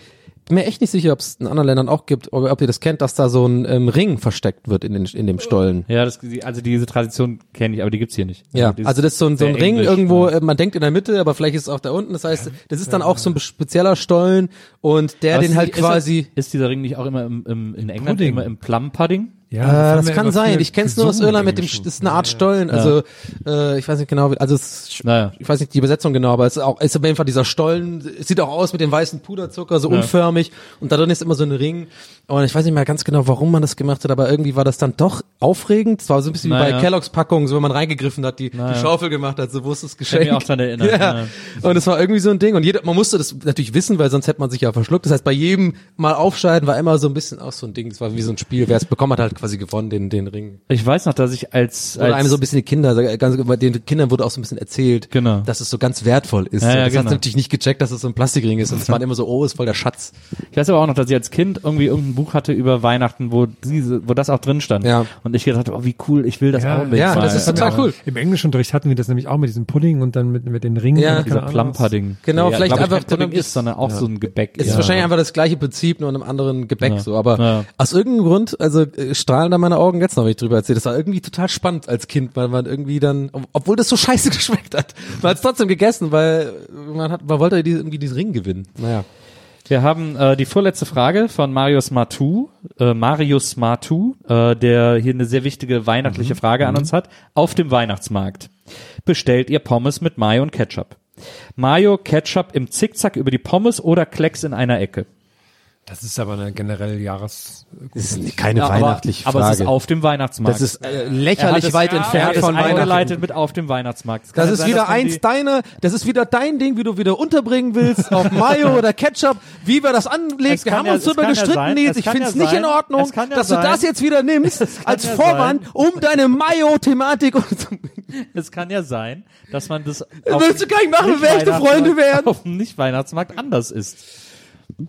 [SPEAKER 8] bin mir echt nicht sicher, ob es in anderen Ländern auch gibt, oder ob ihr das kennt, dass da so ein ähm, Ring versteckt wird in, den, in dem Stollen.
[SPEAKER 5] Ja, das, die- also diese Tradition kenne ich, aber die gibt's hier nicht.
[SPEAKER 8] Ja,
[SPEAKER 5] die
[SPEAKER 8] also das ist so ein, so ein
[SPEAKER 5] sehr
[SPEAKER 8] Ring
[SPEAKER 5] englisch,
[SPEAKER 8] irgendwo, äh, man denkt in der Mitte, aber vielleicht ist es auch da unten. Das heißt, das ist dann auch so ein spezieller Stollen und der
[SPEAKER 5] Aber
[SPEAKER 8] den
[SPEAKER 5] ist-
[SPEAKER 8] halt
[SPEAKER 5] ist das-
[SPEAKER 8] quasi.
[SPEAKER 5] Ist dieser Ring nicht auch immer im, im, in England
[SPEAKER 4] Pudding.
[SPEAKER 5] immer im Plum Pudding?
[SPEAKER 4] Ja,
[SPEAKER 8] äh,
[SPEAKER 4] haben
[SPEAKER 8] das
[SPEAKER 4] wir
[SPEAKER 8] kann
[SPEAKER 4] immer
[SPEAKER 8] sein.
[SPEAKER 4] früher
[SPEAKER 8] Ich kenn's nur aus
[SPEAKER 4] gesungen
[SPEAKER 8] Irland mit dem,
[SPEAKER 4] eigentlich
[SPEAKER 8] Sch-
[SPEAKER 4] schon.
[SPEAKER 8] das ist eine Art Stollen. Also äh, ich weiß nicht genau, wie, also es, sch-
[SPEAKER 5] Naja.
[SPEAKER 8] ich weiß nicht die Besetzung genau, aber es ist auch ist auf jeden Fall dieser Stollen. Es sieht auch aus mit dem weißen Puderzucker, so unförmig und da drin ist immer so ein Ring. Und ich weiß nicht mehr ganz genau, warum man das gemacht hat, aber irgendwie war das dann doch aufregend. Es war so ein bisschen wie
[SPEAKER 5] Naja.
[SPEAKER 8] bei Kelloggs Packungen, so wenn man reingegriffen hat, die,
[SPEAKER 5] Naja.
[SPEAKER 8] die Schaufel gemacht hat, so wo ist das
[SPEAKER 5] Kann
[SPEAKER 8] Geschenk?
[SPEAKER 5] mich auch dran erinnern.
[SPEAKER 8] Ja.
[SPEAKER 5] Ja.
[SPEAKER 8] Und es war irgendwie so ein Ding. Und jeder, man musste das natürlich wissen, weil sonst hätte man sich ja verschluckt. Das heißt, bei jedem Mal aufschneiden war immer so ein bisschen auch so ein Ding. Es war wie so ein Spiel. Wer es bekommen hat, hat quasi gewonnen, den, den Ring.
[SPEAKER 5] Ich weiß noch, dass ich als,
[SPEAKER 8] Oder einem
[SPEAKER 5] als
[SPEAKER 8] so ein bisschen die Kinder, so ganz, bei den Kindern wurde auch so ein bisschen erzählt,
[SPEAKER 5] Genau.
[SPEAKER 8] dass es so ganz wertvoll ist.
[SPEAKER 5] Ja, ja,
[SPEAKER 8] das
[SPEAKER 5] genau.
[SPEAKER 8] hat natürlich nicht gecheckt, dass es so ein Plastikring ist. Und es waren immer so, oh, ist voll der Schatz.
[SPEAKER 5] Ich weiß aber auch noch, dass ich als Kind irgendwie irgendein Buch hatte über Weihnachten, wo diese, wo das auch drin stand.
[SPEAKER 8] Ja.
[SPEAKER 5] Und ich gedacht, habe, oh, wie cool, ich will das
[SPEAKER 4] Ja,
[SPEAKER 5] auch mit.
[SPEAKER 8] ja,
[SPEAKER 5] mal.
[SPEAKER 8] das ist
[SPEAKER 4] Hatten wir
[SPEAKER 8] total
[SPEAKER 4] auch-
[SPEAKER 8] cool.
[SPEAKER 4] Im Englischunterricht hatten wir das nämlich auch mit diesem Pudding und dann mit, mit den Ringen.
[SPEAKER 8] Ja.
[SPEAKER 4] und
[SPEAKER 5] dieser
[SPEAKER 4] keine Ahnung,
[SPEAKER 5] Plum Pudding.
[SPEAKER 8] Genau, vielleicht
[SPEAKER 5] glaub ich,
[SPEAKER 8] einfach
[SPEAKER 5] kein Pudding
[SPEAKER 8] so ein-
[SPEAKER 5] ist, sondern auch so ein Gebäck.
[SPEAKER 8] Es ist wahrscheinlich einfach das gleiche Prinzip, nur in einem anderen Gebäck
[SPEAKER 5] Ja.
[SPEAKER 8] so. Aber
[SPEAKER 5] Ja.
[SPEAKER 8] aus irgendeinem Grund, also äh, strahlen da meine Augen jetzt noch, wenn ich drüber erzähle. Das war irgendwie total spannend als Kind, weil man irgendwie dann, ob- obwohl das so scheiße geschmeckt hat, man hat es trotzdem gegessen, weil man hat, man wollte die- irgendwie diesen Ring gewinnen. Naja.
[SPEAKER 5] Wir haben äh, die vorletzte Frage von Marius Matu, äh, Marius Matu, äh, der hier eine sehr wichtige weihnachtliche Frage an uns hat. Auf dem Weihnachtsmarkt bestellt ihr Pommes mit Mayo und Ketchup. Mayo, Ketchup im Zickzack über die Pommes oder Klecks in einer Ecke.
[SPEAKER 4] Das ist aber eine generell Jahres...
[SPEAKER 8] Das ist keine
[SPEAKER 5] Ja, aber, aber es ist auf dem Weihnachtsmarkt.
[SPEAKER 8] das ist äh,
[SPEAKER 5] Er hat
[SPEAKER 8] lächerlich
[SPEAKER 5] es-
[SPEAKER 8] weit
[SPEAKER 5] Ja, er hat
[SPEAKER 8] entfernt
[SPEAKER 5] es
[SPEAKER 8] von Weihnachten.
[SPEAKER 5] eingeleitet mit auf dem Weihnachtsmarkt. Es
[SPEAKER 8] Das
[SPEAKER 5] kann ja
[SPEAKER 8] ist
[SPEAKER 5] sein, dass
[SPEAKER 8] wieder
[SPEAKER 5] man
[SPEAKER 8] eins
[SPEAKER 5] die-
[SPEAKER 8] deiner, das ist wieder dein Ding, wie du wieder unterbringen willst, auf Mayo oder Ketchup, wie wir das anlegen.
[SPEAKER 5] Es
[SPEAKER 8] Wir
[SPEAKER 5] kann
[SPEAKER 8] haben
[SPEAKER 5] ja-
[SPEAKER 8] uns
[SPEAKER 5] es
[SPEAKER 8] darüber
[SPEAKER 5] kann ja
[SPEAKER 8] gestritten,
[SPEAKER 5] sein,
[SPEAKER 8] Nils.
[SPEAKER 5] es
[SPEAKER 8] Ich
[SPEAKER 5] kann
[SPEAKER 8] finde es
[SPEAKER 5] ja
[SPEAKER 8] nicht
[SPEAKER 5] sein,
[SPEAKER 8] in Ordnung,
[SPEAKER 5] es kann ja
[SPEAKER 8] dass du
[SPEAKER 5] sein.
[SPEAKER 8] das jetzt wieder nimmst als
[SPEAKER 5] ja
[SPEAKER 8] Vorwand,
[SPEAKER 5] sein.
[SPEAKER 8] um deine Mayo-Thematik und zu-
[SPEAKER 5] Es kann ja sein, dass man das.
[SPEAKER 8] Das
[SPEAKER 5] auf
[SPEAKER 8] würdest du gar nicht machen, wenn wir echte
[SPEAKER 5] Nicht-Weihnachtsmarkt-
[SPEAKER 8] Freunde wären.
[SPEAKER 5] Auf dem Nicht-Weihnachtsmarkt anders ist.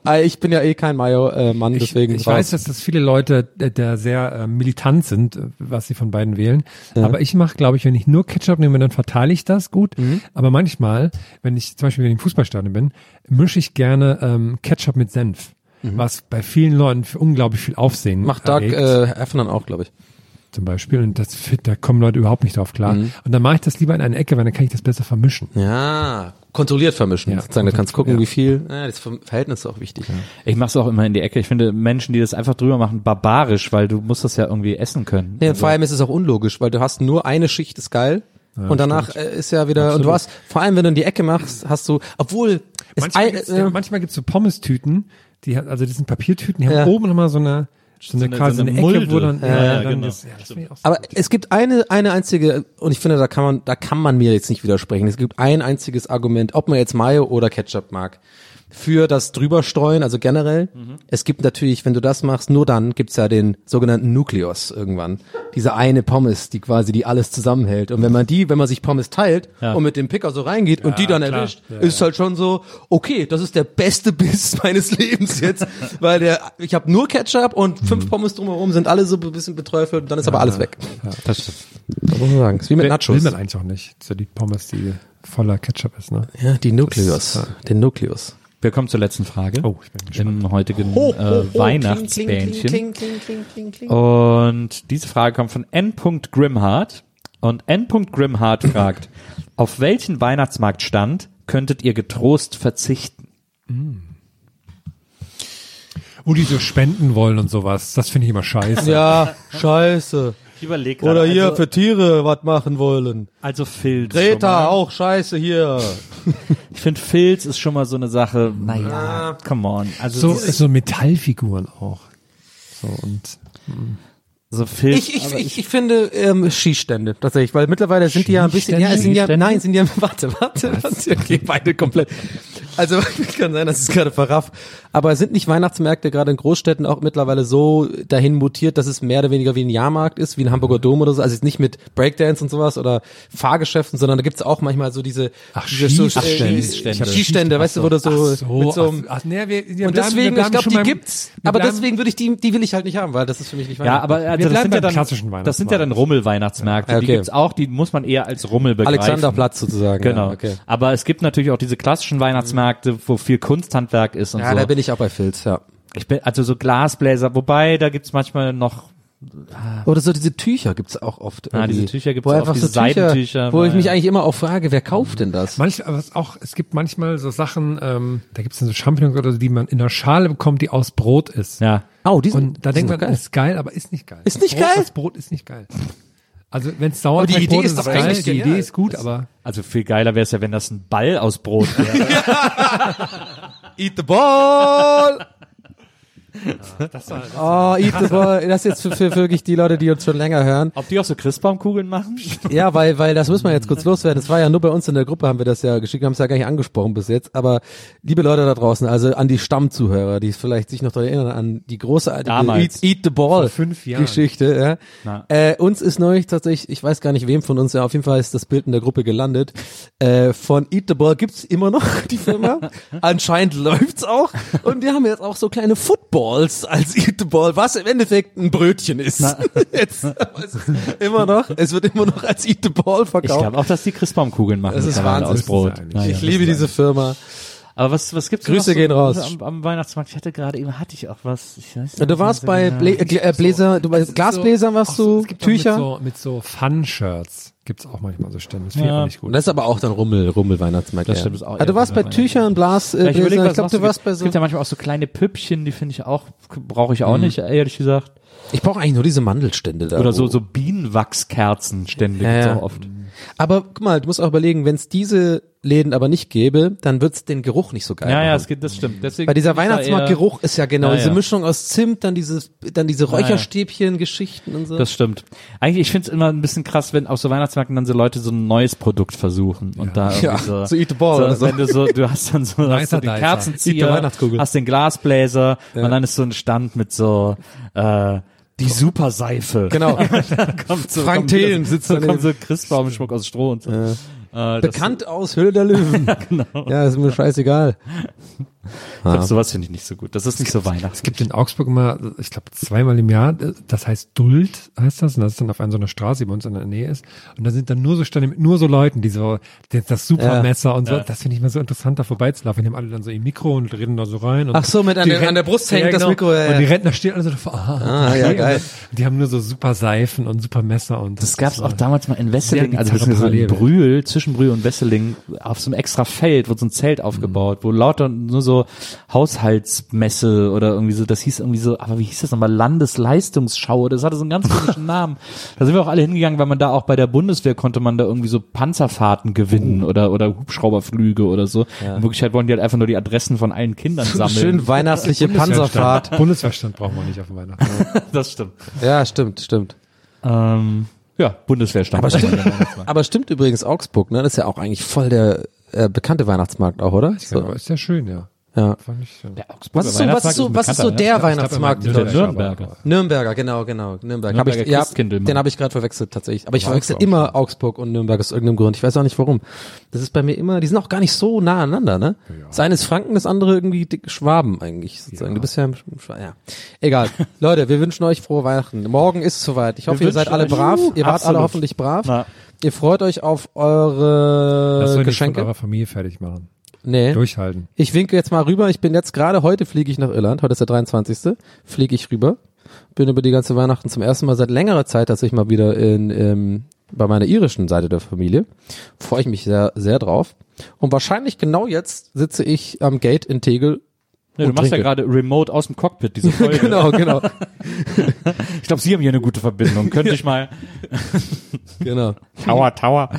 [SPEAKER 8] Ah, Ich bin ja eh kein Mayo-Mann,
[SPEAKER 4] Ich,
[SPEAKER 8] deswegen.
[SPEAKER 4] ich
[SPEAKER 8] raus.
[SPEAKER 4] weiß, dass das viele Leute äh, da sehr äh, militant sind, äh, was sie von beiden wählen. Aber ich mache, glaube ich, wenn ich nur Ketchup nehme, dann verteile ich das gut.
[SPEAKER 8] Mhm.
[SPEAKER 4] Aber manchmal, wenn ich zum Beispiel wenn ich im Fußballstadion bin, mische ich gerne ähm, Ketchup mit Senf. Was bei vielen Leuten für unglaublich viel Aufsehen
[SPEAKER 8] Mhm. Macht Doug
[SPEAKER 4] erregt.
[SPEAKER 8] äh, Heffernan auch, glaube ich.
[SPEAKER 4] zum Beispiel. Und das, fit- da kommen Leute überhaupt nicht drauf klar. Und dann mache ich das lieber in eine Ecke, weil dann kann ich das besser vermischen.
[SPEAKER 8] Mhm. Ja, kontrolliert vermischen.
[SPEAKER 4] Ja,
[SPEAKER 8] sozusagen. Da kannst du gucken,
[SPEAKER 4] ja.
[SPEAKER 8] wie viel. Ja, das Ver- Verhältnis ist auch wichtig.
[SPEAKER 5] Ich mach's auch immer in die Ecke. Ich finde Menschen, die das einfach drüber machen, barbarisch, weil du musst das ja irgendwie essen können.
[SPEAKER 8] Nee, und vor allem ist es auch unlogisch, weil du hast nur eine Schicht ist geil. und danach äh, ist ja wieder, und du hast, vor allem wenn du in die Ecke machst, hast du, obwohl, es
[SPEAKER 4] Manchmal
[SPEAKER 8] ein-
[SPEAKER 4] gibt's,
[SPEAKER 8] äh,
[SPEAKER 4] ja, manchmal gibt's so Pommes-Tüten, die hat, also das sind Papiertüten, die
[SPEAKER 8] Ja.
[SPEAKER 4] haben oben nochmal so eine, so eine,
[SPEAKER 5] eine-
[SPEAKER 4] quasi
[SPEAKER 5] so eine
[SPEAKER 4] eine, Ecke, wo
[SPEAKER 5] Mulde.
[SPEAKER 4] dann,
[SPEAKER 5] Ja,
[SPEAKER 4] ja,
[SPEAKER 5] ja,
[SPEAKER 4] dann
[SPEAKER 5] genau.
[SPEAKER 4] das, ja, das finde ich auch so
[SPEAKER 8] aber
[SPEAKER 4] gut.
[SPEAKER 8] es gibt eine, eine einzige, und ich finde, da kann man, da kann man mir jetzt nicht widersprechen. Es gibt ein einziges Argument, ob man jetzt Mayo oder Ketchup mag. Für das drüberstreuen, also generell.
[SPEAKER 4] Mhm.
[SPEAKER 8] Es gibt natürlich, wenn du das machst, nur dann gibt's ja den sogenannten Nukleus irgendwann. Diese eine Pommes, die quasi, die alles zusammenhält. Und wenn man die, wenn man sich Pommes teilt und mit dem Picker so reingeht und die dann
[SPEAKER 4] klar.
[SPEAKER 8] erwischt,
[SPEAKER 4] Ja,
[SPEAKER 8] ist halt schon so, okay, das ist der beste Biss meines Lebens jetzt, weil der, ich habe nur Ketchup und fünf
[SPEAKER 4] Mhm.
[SPEAKER 8] Pommes drumherum sind alle so ein bisschen beträufelt und dann ist aber alles weg. Ja, das stimmt. muss man sagen. Ist wie mit
[SPEAKER 4] Will
[SPEAKER 8] Nachos.
[SPEAKER 4] man eigentlich auch nicht. Das ist ja die Pommes, die voller Ketchup ist, ne?
[SPEAKER 8] Ja, die Nukleus. Den Nukleus.
[SPEAKER 5] Wir kommen zur letzten Frage.
[SPEAKER 4] Oh, ich bin gespannt.
[SPEAKER 5] Im heutigen
[SPEAKER 8] Ho, ho,
[SPEAKER 5] äh,
[SPEAKER 8] ho,
[SPEAKER 5] Weihnachtsbähnchen.
[SPEAKER 8] kling, kling, kling, kling, kling, kling.
[SPEAKER 5] Und diese Frage kommt von N. Grimhardt. Und N. Grimhardt fragt, auf welchen Weihnachtsmarktstand könntet ihr getrost verzichten?
[SPEAKER 4] Wo die so spenden wollen und sowas, das finde ich immer scheiße.
[SPEAKER 8] Ja, scheiße.
[SPEAKER 5] Ich also überlege
[SPEAKER 8] Oder hier für Tiere was machen wollen.
[SPEAKER 5] also Filz. schon mal.
[SPEAKER 3] Ah,
[SPEAKER 8] Greta, auch scheiße hier.
[SPEAKER 5] Ich finde Filz ist schon mal so eine Sache, naja, come on.
[SPEAKER 4] So,
[SPEAKER 5] Also so,
[SPEAKER 4] so Metallfiguren auch. So, und
[SPEAKER 5] so Filz.
[SPEAKER 8] Ich, ich, ich, ich finde ähm, Skistände tatsächlich, weil mittlerweile sind die ja ein bisschen, ja, es sind ja,
[SPEAKER 5] Skistände?
[SPEAKER 8] nein, sind ja, warte, warte, warte, okay, beide komplett.
[SPEAKER 3] Also kann sein, das ist gerade verraff. Aber sind nicht Weihnachtsmärkte gerade in Großstädten auch mittlerweile so dahin mutiert, dass es mehr oder weniger wie ein Jahrmarkt ist, wie ein Hamburger Dom oder so? Also jetzt nicht mit Breakdance und sowas oder Fahrgeschäften, sondern da gibt's auch manchmal so diese
[SPEAKER 4] Ach,
[SPEAKER 3] diese so,
[SPEAKER 4] Schießstände.
[SPEAKER 3] Schießstände,
[SPEAKER 4] Ach,
[SPEAKER 3] Schießstände weißt du, wo du so,
[SPEAKER 4] Ach so,
[SPEAKER 3] mit so einem,
[SPEAKER 4] ach, ach, nee, wir- wir
[SPEAKER 3] Und
[SPEAKER 4] bleiben- wir
[SPEAKER 3] deswegen,
[SPEAKER 4] bleiben
[SPEAKER 3] ich glaube,
[SPEAKER 4] schon
[SPEAKER 3] die
[SPEAKER 4] beim-
[SPEAKER 3] gibt's,
[SPEAKER 4] wir
[SPEAKER 3] aber
[SPEAKER 4] bleiben-
[SPEAKER 3] deswegen würde ich die, die will ich halt nicht haben, weil das ist für mich nicht
[SPEAKER 5] Ja, aber also das sind ja dann
[SPEAKER 4] klassischen
[SPEAKER 5] das sind ja dann Rummelweihnachtsmärkte.
[SPEAKER 3] Ja,
[SPEAKER 5] Die
[SPEAKER 3] okay.
[SPEAKER 5] gibt's auch, die muss man eher als Rummel begreifen.
[SPEAKER 3] Alexanderplatz sozusagen.
[SPEAKER 5] Genau.
[SPEAKER 3] Ja, okay.
[SPEAKER 5] Aber es gibt natürlich auch diese klassischen Weihnachtsmärkte, wo viel Kunsthandwerk ist und
[SPEAKER 3] Ja,
[SPEAKER 5] so.
[SPEAKER 3] da bin ich auch bei Filz, ja.
[SPEAKER 5] Ich bin also so Glasbläser, wobei da gibt's manchmal noch
[SPEAKER 3] Oder so diese Tücher gibt's auch oft.
[SPEAKER 5] Ah, diese
[SPEAKER 3] irgendwie.
[SPEAKER 5] Tücher gibt's
[SPEAKER 3] Wo
[SPEAKER 5] auch,
[SPEAKER 3] einfach
[SPEAKER 5] diese
[SPEAKER 3] so Tücher,
[SPEAKER 5] Seidentücher,
[SPEAKER 3] Wo ich
[SPEAKER 5] ja.
[SPEAKER 3] mich eigentlich immer auch frage, wer kauft denn das?
[SPEAKER 4] Manch, aber es auch, es gibt manchmal so Sachen, ähm, da gibt es dann so Champignons oder so, die man in einer Schale bekommt, die aus Brot ist.
[SPEAKER 5] Ja.
[SPEAKER 3] Oh, die sind-
[SPEAKER 4] Und da
[SPEAKER 3] die sind
[SPEAKER 4] denkt man,
[SPEAKER 3] doch geil.
[SPEAKER 4] ist geil, aber ist nicht geil.
[SPEAKER 3] Ist nicht
[SPEAKER 4] Brot,
[SPEAKER 3] geil?
[SPEAKER 4] Das Brot ist nicht geil. Also wenn es
[SPEAKER 3] Aber die
[SPEAKER 4] Sauerteigbrot
[SPEAKER 3] Idee ist
[SPEAKER 4] ist,
[SPEAKER 3] doch
[SPEAKER 4] ist geil,
[SPEAKER 3] eigentlich
[SPEAKER 4] die
[SPEAKER 3] genial.
[SPEAKER 4] Idee ist gut, aber
[SPEAKER 5] also viel geiler wäre es ja, wenn das ein Ball aus Brot wäre.
[SPEAKER 3] Eat the ball!
[SPEAKER 4] das war,
[SPEAKER 3] Oh, eat the ball. Das ist jetzt für, für wirklich die Leute, die uns schon länger hören.
[SPEAKER 5] Ob die auch so Christbaumkugeln machen?
[SPEAKER 3] Ja, weil, weil das müssen wir jetzt kurz loswerden. Das war ja nur bei uns in der Gruppe, haben wir das ja geschickt, haben es ja gar nicht angesprochen bis jetzt. Aber liebe Leute da draußen, also an die Stammzuhörer, die vielleicht sich noch daran erinnern, an die großartige
[SPEAKER 5] Damals.
[SPEAKER 3] Eat, Eat the Ball
[SPEAKER 4] Vor fünf Jahren.
[SPEAKER 3] Geschichte. Ja.
[SPEAKER 5] Na.
[SPEAKER 3] Äh, uns ist neulich tatsächlich, ich weiß gar nicht wem von uns, ja, auf jeden Fall ist das Bild in der Gruppe gelandet. Äh, von Eat the Ball gibt's immer noch, die Firma. Anscheinend läuft's auch. Und wir haben jetzt auch so kleine Footballs als Eat the Ball, was im Endeffekt ein Brötchen ist. Jetzt, aber es ist immer noch, es wird immer noch als Eat the Ball
[SPEAKER 5] Ich
[SPEAKER 3] verkauft.
[SPEAKER 5] glaube auch, dass die Christbaumkugeln machen.
[SPEAKER 3] Das ist
[SPEAKER 5] mittlerweile
[SPEAKER 3] Wahnsinn.
[SPEAKER 5] aus Brot.
[SPEAKER 4] Das ist
[SPEAKER 5] Naja.
[SPEAKER 3] ich liebe diese Firma.
[SPEAKER 5] Aber was, was gibt's denn
[SPEAKER 3] Grüße
[SPEAKER 5] noch so
[SPEAKER 3] gehen raus.
[SPEAKER 5] Am, am Weihnachtsmarkt, ich hatte gerade eben, hatte ich auch was. Ich weiß
[SPEAKER 3] Du
[SPEAKER 5] nicht
[SPEAKER 3] warst
[SPEAKER 5] mehr so
[SPEAKER 3] bei
[SPEAKER 5] genau.
[SPEAKER 3] Blä äh, Bläser, du bei Glasbläsern warst du, Tücher.
[SPEAKER 4] Mit so, mit so Fun-Shirts gibt's auch manchmal so Stände. Das finde ich
[SPEAKER 5] Ja.
[SPEAKER 4] auch nicht
[SPEAKER 3] Und
[SPEAKER 4] gut.
[SPEAKER 3] das ist aber auch dann Rummel, Rummel Weihnachtsmarkt.
[SPEAKER 5] Das
[SPEAKER 3] ja.
[SPEAKER 5] stimmt, ist auch
[SPEAKER 3] Ah,
[SPEAKER 5] eher
[SPEAKER 3] du warst bei
[SPEAKER 5] Rummel
[SPEAKER 3] Tüchern, Blas, äh,
[SPEAKER 5] Ja, ich
[SPEAKER 3] Bläsern.
[SPEAKER 5] überlege,
[SPEAKER 3] ich glaube, du warst bei
[SPEAKER 5] Es
[SPEAKER 3] so. Mhm.
[SPEAKER 5] gibt ja manchmal auch so kleine Püppchen, die finde ich auch, brauche ich auch nicht, ehrlich gesagt.
[SPEAKER 3] Ich brauche eigentlich nur diese Mandelstände da.
[SPEAKER 5] Oder so,
[SPEAKER 3] wo-
[SPEAKER 5] so Bienenwachskerzenstände
[SPEAKER 3] Ja,
[SPEAKER 5] gibt's
[SPEAKER 3] ja.
[SPEAKER 5] auch oft.
[SPEAKER 3] Aber guck mal, du musst auch überlegen, wenn es diese Läden aber nicht gäbe, dann wird's den Geruch nicht so geil.
[SPEAKER 5] Ja, ja,
[SPEAKER 3] machen.
[SPEAKER 5] es geht, das stimmt. Deswegen
[SPEAKER 3] Weil dieser
[SPEAKER 5] bin ich da
[SPEAKER 3] Weihnachtsmarktgeruch ist ja genau
[SPEAKER 5] Ja,
[SPEAKER 3] diese
[SPEAKER 5] ja.
[SPEAKER 3] Mischung aus Zimt, dann dieses, dann diese
[SPEAKER 5] ja.
[SPEAKER 3] Räucherstäbchen-Geschichten und so.
[SPEAKER 5] eher- Das stimmt. Eigentlich, ich finde es immer ein bisschen krass, wenn auf so Weihnachtsmärkten dann so Leute so ein neues Produkt versuchen und da irgendwie
[SPEAKER 3] Ja,
[SPEAKER 5] so,
[SPEAKER 3] so Eat the Ball oder so.
[SPEAKER 5] Wenn du so, du hast dann so, hast so
[SPEAKER 4] Nicer
[SPEAKER 5] den
[SPEAKER 4] Dicer.
[SPEAKER 3] Eat the
[SPEAKER 5] Kerzenzieher,
[SPEAKER 3] Weihnachtskugel.
[SPEAKER 5] hast den Glasbläser und dann ist so ein Stand mit so äh, die Superseife.
[SPEAKER 3] genau.
[SPEAKER 5] Kommt so,
[SPEAKER 3] Frank
[SPEAKER 5] kommt wieder
[SPEAKER 3] Thelen
[SPEAKER 5] so,
[SPEAKER 3] sitzt
[SPEAKER 5] so,
[SPEAKER 3] daneben.
[SPEAKER 5] kommt so Christbaumschmuck aus Stroh und so. Äh, das-
[SPEAKER 3] Bekannt aus Höhle der Löwen. ja, genau. Ja, ist mir scheißegal.
[SPEAKER 5] Ich
[SPEAKER 3] Ah.
[SPEAKER 5] glaub, sowas finde ich nicht so gut. Das ist nicht so Weihnachts.
[SPEAKER 4] Es gibt in Augsburg immer, ich glaube, zweimal im Jahr, das heißt Duld, heißt das, und das ist dann auf einer so einer Straße, die bei uns in der Nähe ist. Und da sind dann nur so Stände mit nur so Leuten, die so, die- das Supermesser und so, das finde ich immer so interessant, da vorbeizulaufen. Die haben alle dann so ihr Mikro und reden da so rein. Und
[SPEAKER 3] Ach so, mit an
[SPEAKER 4] die genau.
[SPEAKER 3] der- an der Brust hängt das Mikro, ja, ja.
[SPEAKER 4] Und die Rentner stehen alle so davor. Ah,
[SPEAKER 3] Ah, ja,
[SPEAKER 4] okay.
[SPEAKER 3] geil.
[SPEAKER 4] Und die haben nur so super Seifen und super Messer und
[SPEAKER 5] Das gab's auch damals mal in Wesseling,
[SPEAKER 4] Sehr
[SPEAKER 5] also beziehungsweise in
[SPEAKER 4] bizarre
[SPEAKER 5] Brühl, zwischen Brühl und Wesseling, auf so einem extra Feld wurde so ein Zelt aufgebaut, wo lauter nur so Haushaltsmesse oder irgendwie so, das hieß irgendwie so, aber wie hieß das nochmal, Landesleistungsschau, oder das hatte so einen ganz komischen Namen. Da sind wir auch alle hingegangen, weil man da auch bei der Bundeswehr konnte man da irgendwie so Panzerfahrten gewinnen
[SPEAKER 3] Oh.
[SPEAKER 5] oder, oder Hubschrauberflüge oder so. In Wirklichkeit wollen die halt einfach nur die Adressen von allen Kindern sammeln.
[SPEAKER 3] Schön weihnachtliche Panzerfahrt.
[SPEAKER 4] Bundesverstand brauchen wir nicht auf dem Weihnachten.
[SPEAKER 5] das stimmt.
[SPEAKER 3] Ja, stimmt, stimmt.
[SPEAKER 5] Ähm, ja, Bundeswehrstand.
[SPEAKER 3] Aber stimmt, aber stimmt übrigens Augsburg, ne? Das ist ja auch eigentlich voll der äh, bekannte Weihnachtsmarkt auch, oder?
[SPEAKER 4] Ja, aber ist ja schön, ja.
[SPEAKER 3] genau. Ja.
[SPEAKER 4] Fand ich schön.
[SPEAKER 3] Was ist so, was ist so,
[SPEAKER 5] ne?
[SPEAKER 3] was ist so der Weihnachtsmarkt? in
[SPEAKER 5] Der
[SPEAKER 3] Deutschland?
[SPEAKER 5] Nürnberger.
[SPEAKER 3] Nürnberger, genau, genau. Nürnberg. Hab ich,
[SPEAKER 5] Nürnberger
[SPEAKER 3] ja,
[SPEAKER 5] Christkindlmann.
[SPEAKER 3] den habe ich gerade verwechselt tatsächlich. Aber ich verwechsel immer Augsburg und Nürnberg aus irgendeinem Grund. Ich weiß auch nicht warum. Das ist bei mir immer, die sind auch gar nicht so nah aneinander, ne? Das eine ist Franken, das andere irgendwie dick Schwaben eigentlich sozusagen. Du bist ja im Sch- im Schwa- ja. Egal. Leute, wir wünschen euch frohe Weihnachten. Morgen ist es soweit. Ich hoffe, ihr
[SPEAKER 5] wünschen
[SPEAKER 3] seid alle
[SPEAKER 5] euch-
[SPEAKER 3] brav.
[SPEAKER 5] Juhu,
[SPEAKER 3] ihr wart alle
[SPEAKER 5] absolut.
[SPEAKER 3] hoffentlich brav.
[SPEAKER 5] Na.
[SPEAKER 3] Ihr freut euch auf
[SPEAKER 4] Lasst
[SPEAKER 3] eure
[SPEAKER 4] euch nicht von
[SPEAKER 3] Äh, Geschenke.
[SPEAKER 4] eurer Familie fertig machen.
[SPEAKER 3] Nee.
[SPEAKER 4] Durchhalten.
[SPEAKER 3] Ich winke jetzt mal rüber. Ich bin jetzt gerade, heute fliege ich nach Irland. Heute ist der 23. Fliege ich rüber. Bin über die ganze Weihnachten zum ersten Mal seit längerer Zeit, dass ich mal wieder in, ähm, bei meiner irischen Seite der Familie. Freue ich mich sehr, sehr drauf. Und wahrscheinlich genau jetzt sitze ich am Gate in Tegel.
[SPEAKER 5] Nee,
[SPEAKER 3] und
[SPEAKER 5] Ne, du machst
[SPEAKER 3] trinke.
[SPEAKER 5] ja gerade remote aus dem Cockpit diese Folge.
[SPEAKER 3] Genau, genau,
[SPEAKER 5] Ich glaube, Sie haben hier eine gute Verbindung. Könnte ich mal.
[SPEAKER 3] genau.
[SPEAKER 5] Tower, Tower.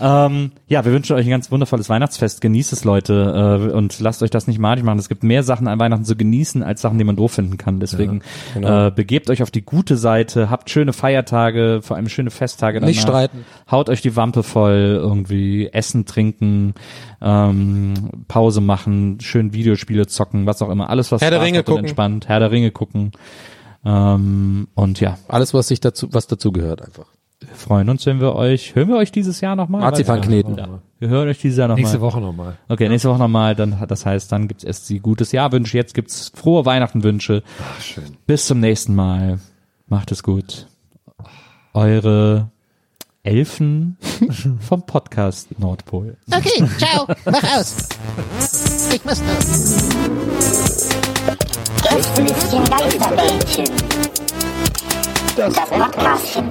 [SPEAKER 5] Ähm, ja, wir wünschen euch ein ganz wundervolles Weihnachtsfest. Genießt es, Leute, äh, und lasst euch das nicht madig machen. Es gibt mehr Sachen an Weihnachten zu genießen, als Sachen, die man doof finden kann. Deswegen
[SPEAKER 3] genau.
[SPEAKER 5] äh, begebt euch auf die gute Seite, habt schöne Feiertage, vor allem schöne Festtage.
[SPEAKER 3] Nicht streiten.
[SPEAKER 5] Haut euch die Wampe voll, irgendwie essen, trinken, ähm, Pause machen, schön Videospiele zocken, was auch immer. Alles, was
[SPEAKER 3] Herr der
[SPEAKER 5] Spaß
[SPEAKER 3] Ringe
[SPEAKER 5] macht und
[SPEAKER 3] gucken.
[SPEAKER 5] entspannt. Herr der Ringe gucken. Ähm, und ja,
[SPEAKER 3] Alles, was sich dazu, was dazu gehört, einfach.
[SPEAKER 5] freuen uns, wenn wir euch, hören wir euch dieses Jahr nochmal?
[SPEAKER 3] Marzipan kneten.
[SPEAKER 5] Ja. Wir hören euch dieses Jahr nochmal.
[SPEAKER 4] Nächste Woche nochmal.
[SPEAKER 5] Okay, nächste Woche nochmal. Dann, das heißt, dann gibt's erst die gutes Jahrwünsche. Jetzt gibt's frohe Weihnachtenwünsche.
[SPEAKER 4] Ah, Schön.
[SPEAKER 5] Bis zum nächsten Mal. Macht es gut. Eure Elfen vom Podcast Nordpol.
[SPEAKER 6] Okay, ciao. Mach aus. Ich muss los.
[SPEAKER 1] Gästelistchen Geisterbällchen. Das Podcastchen.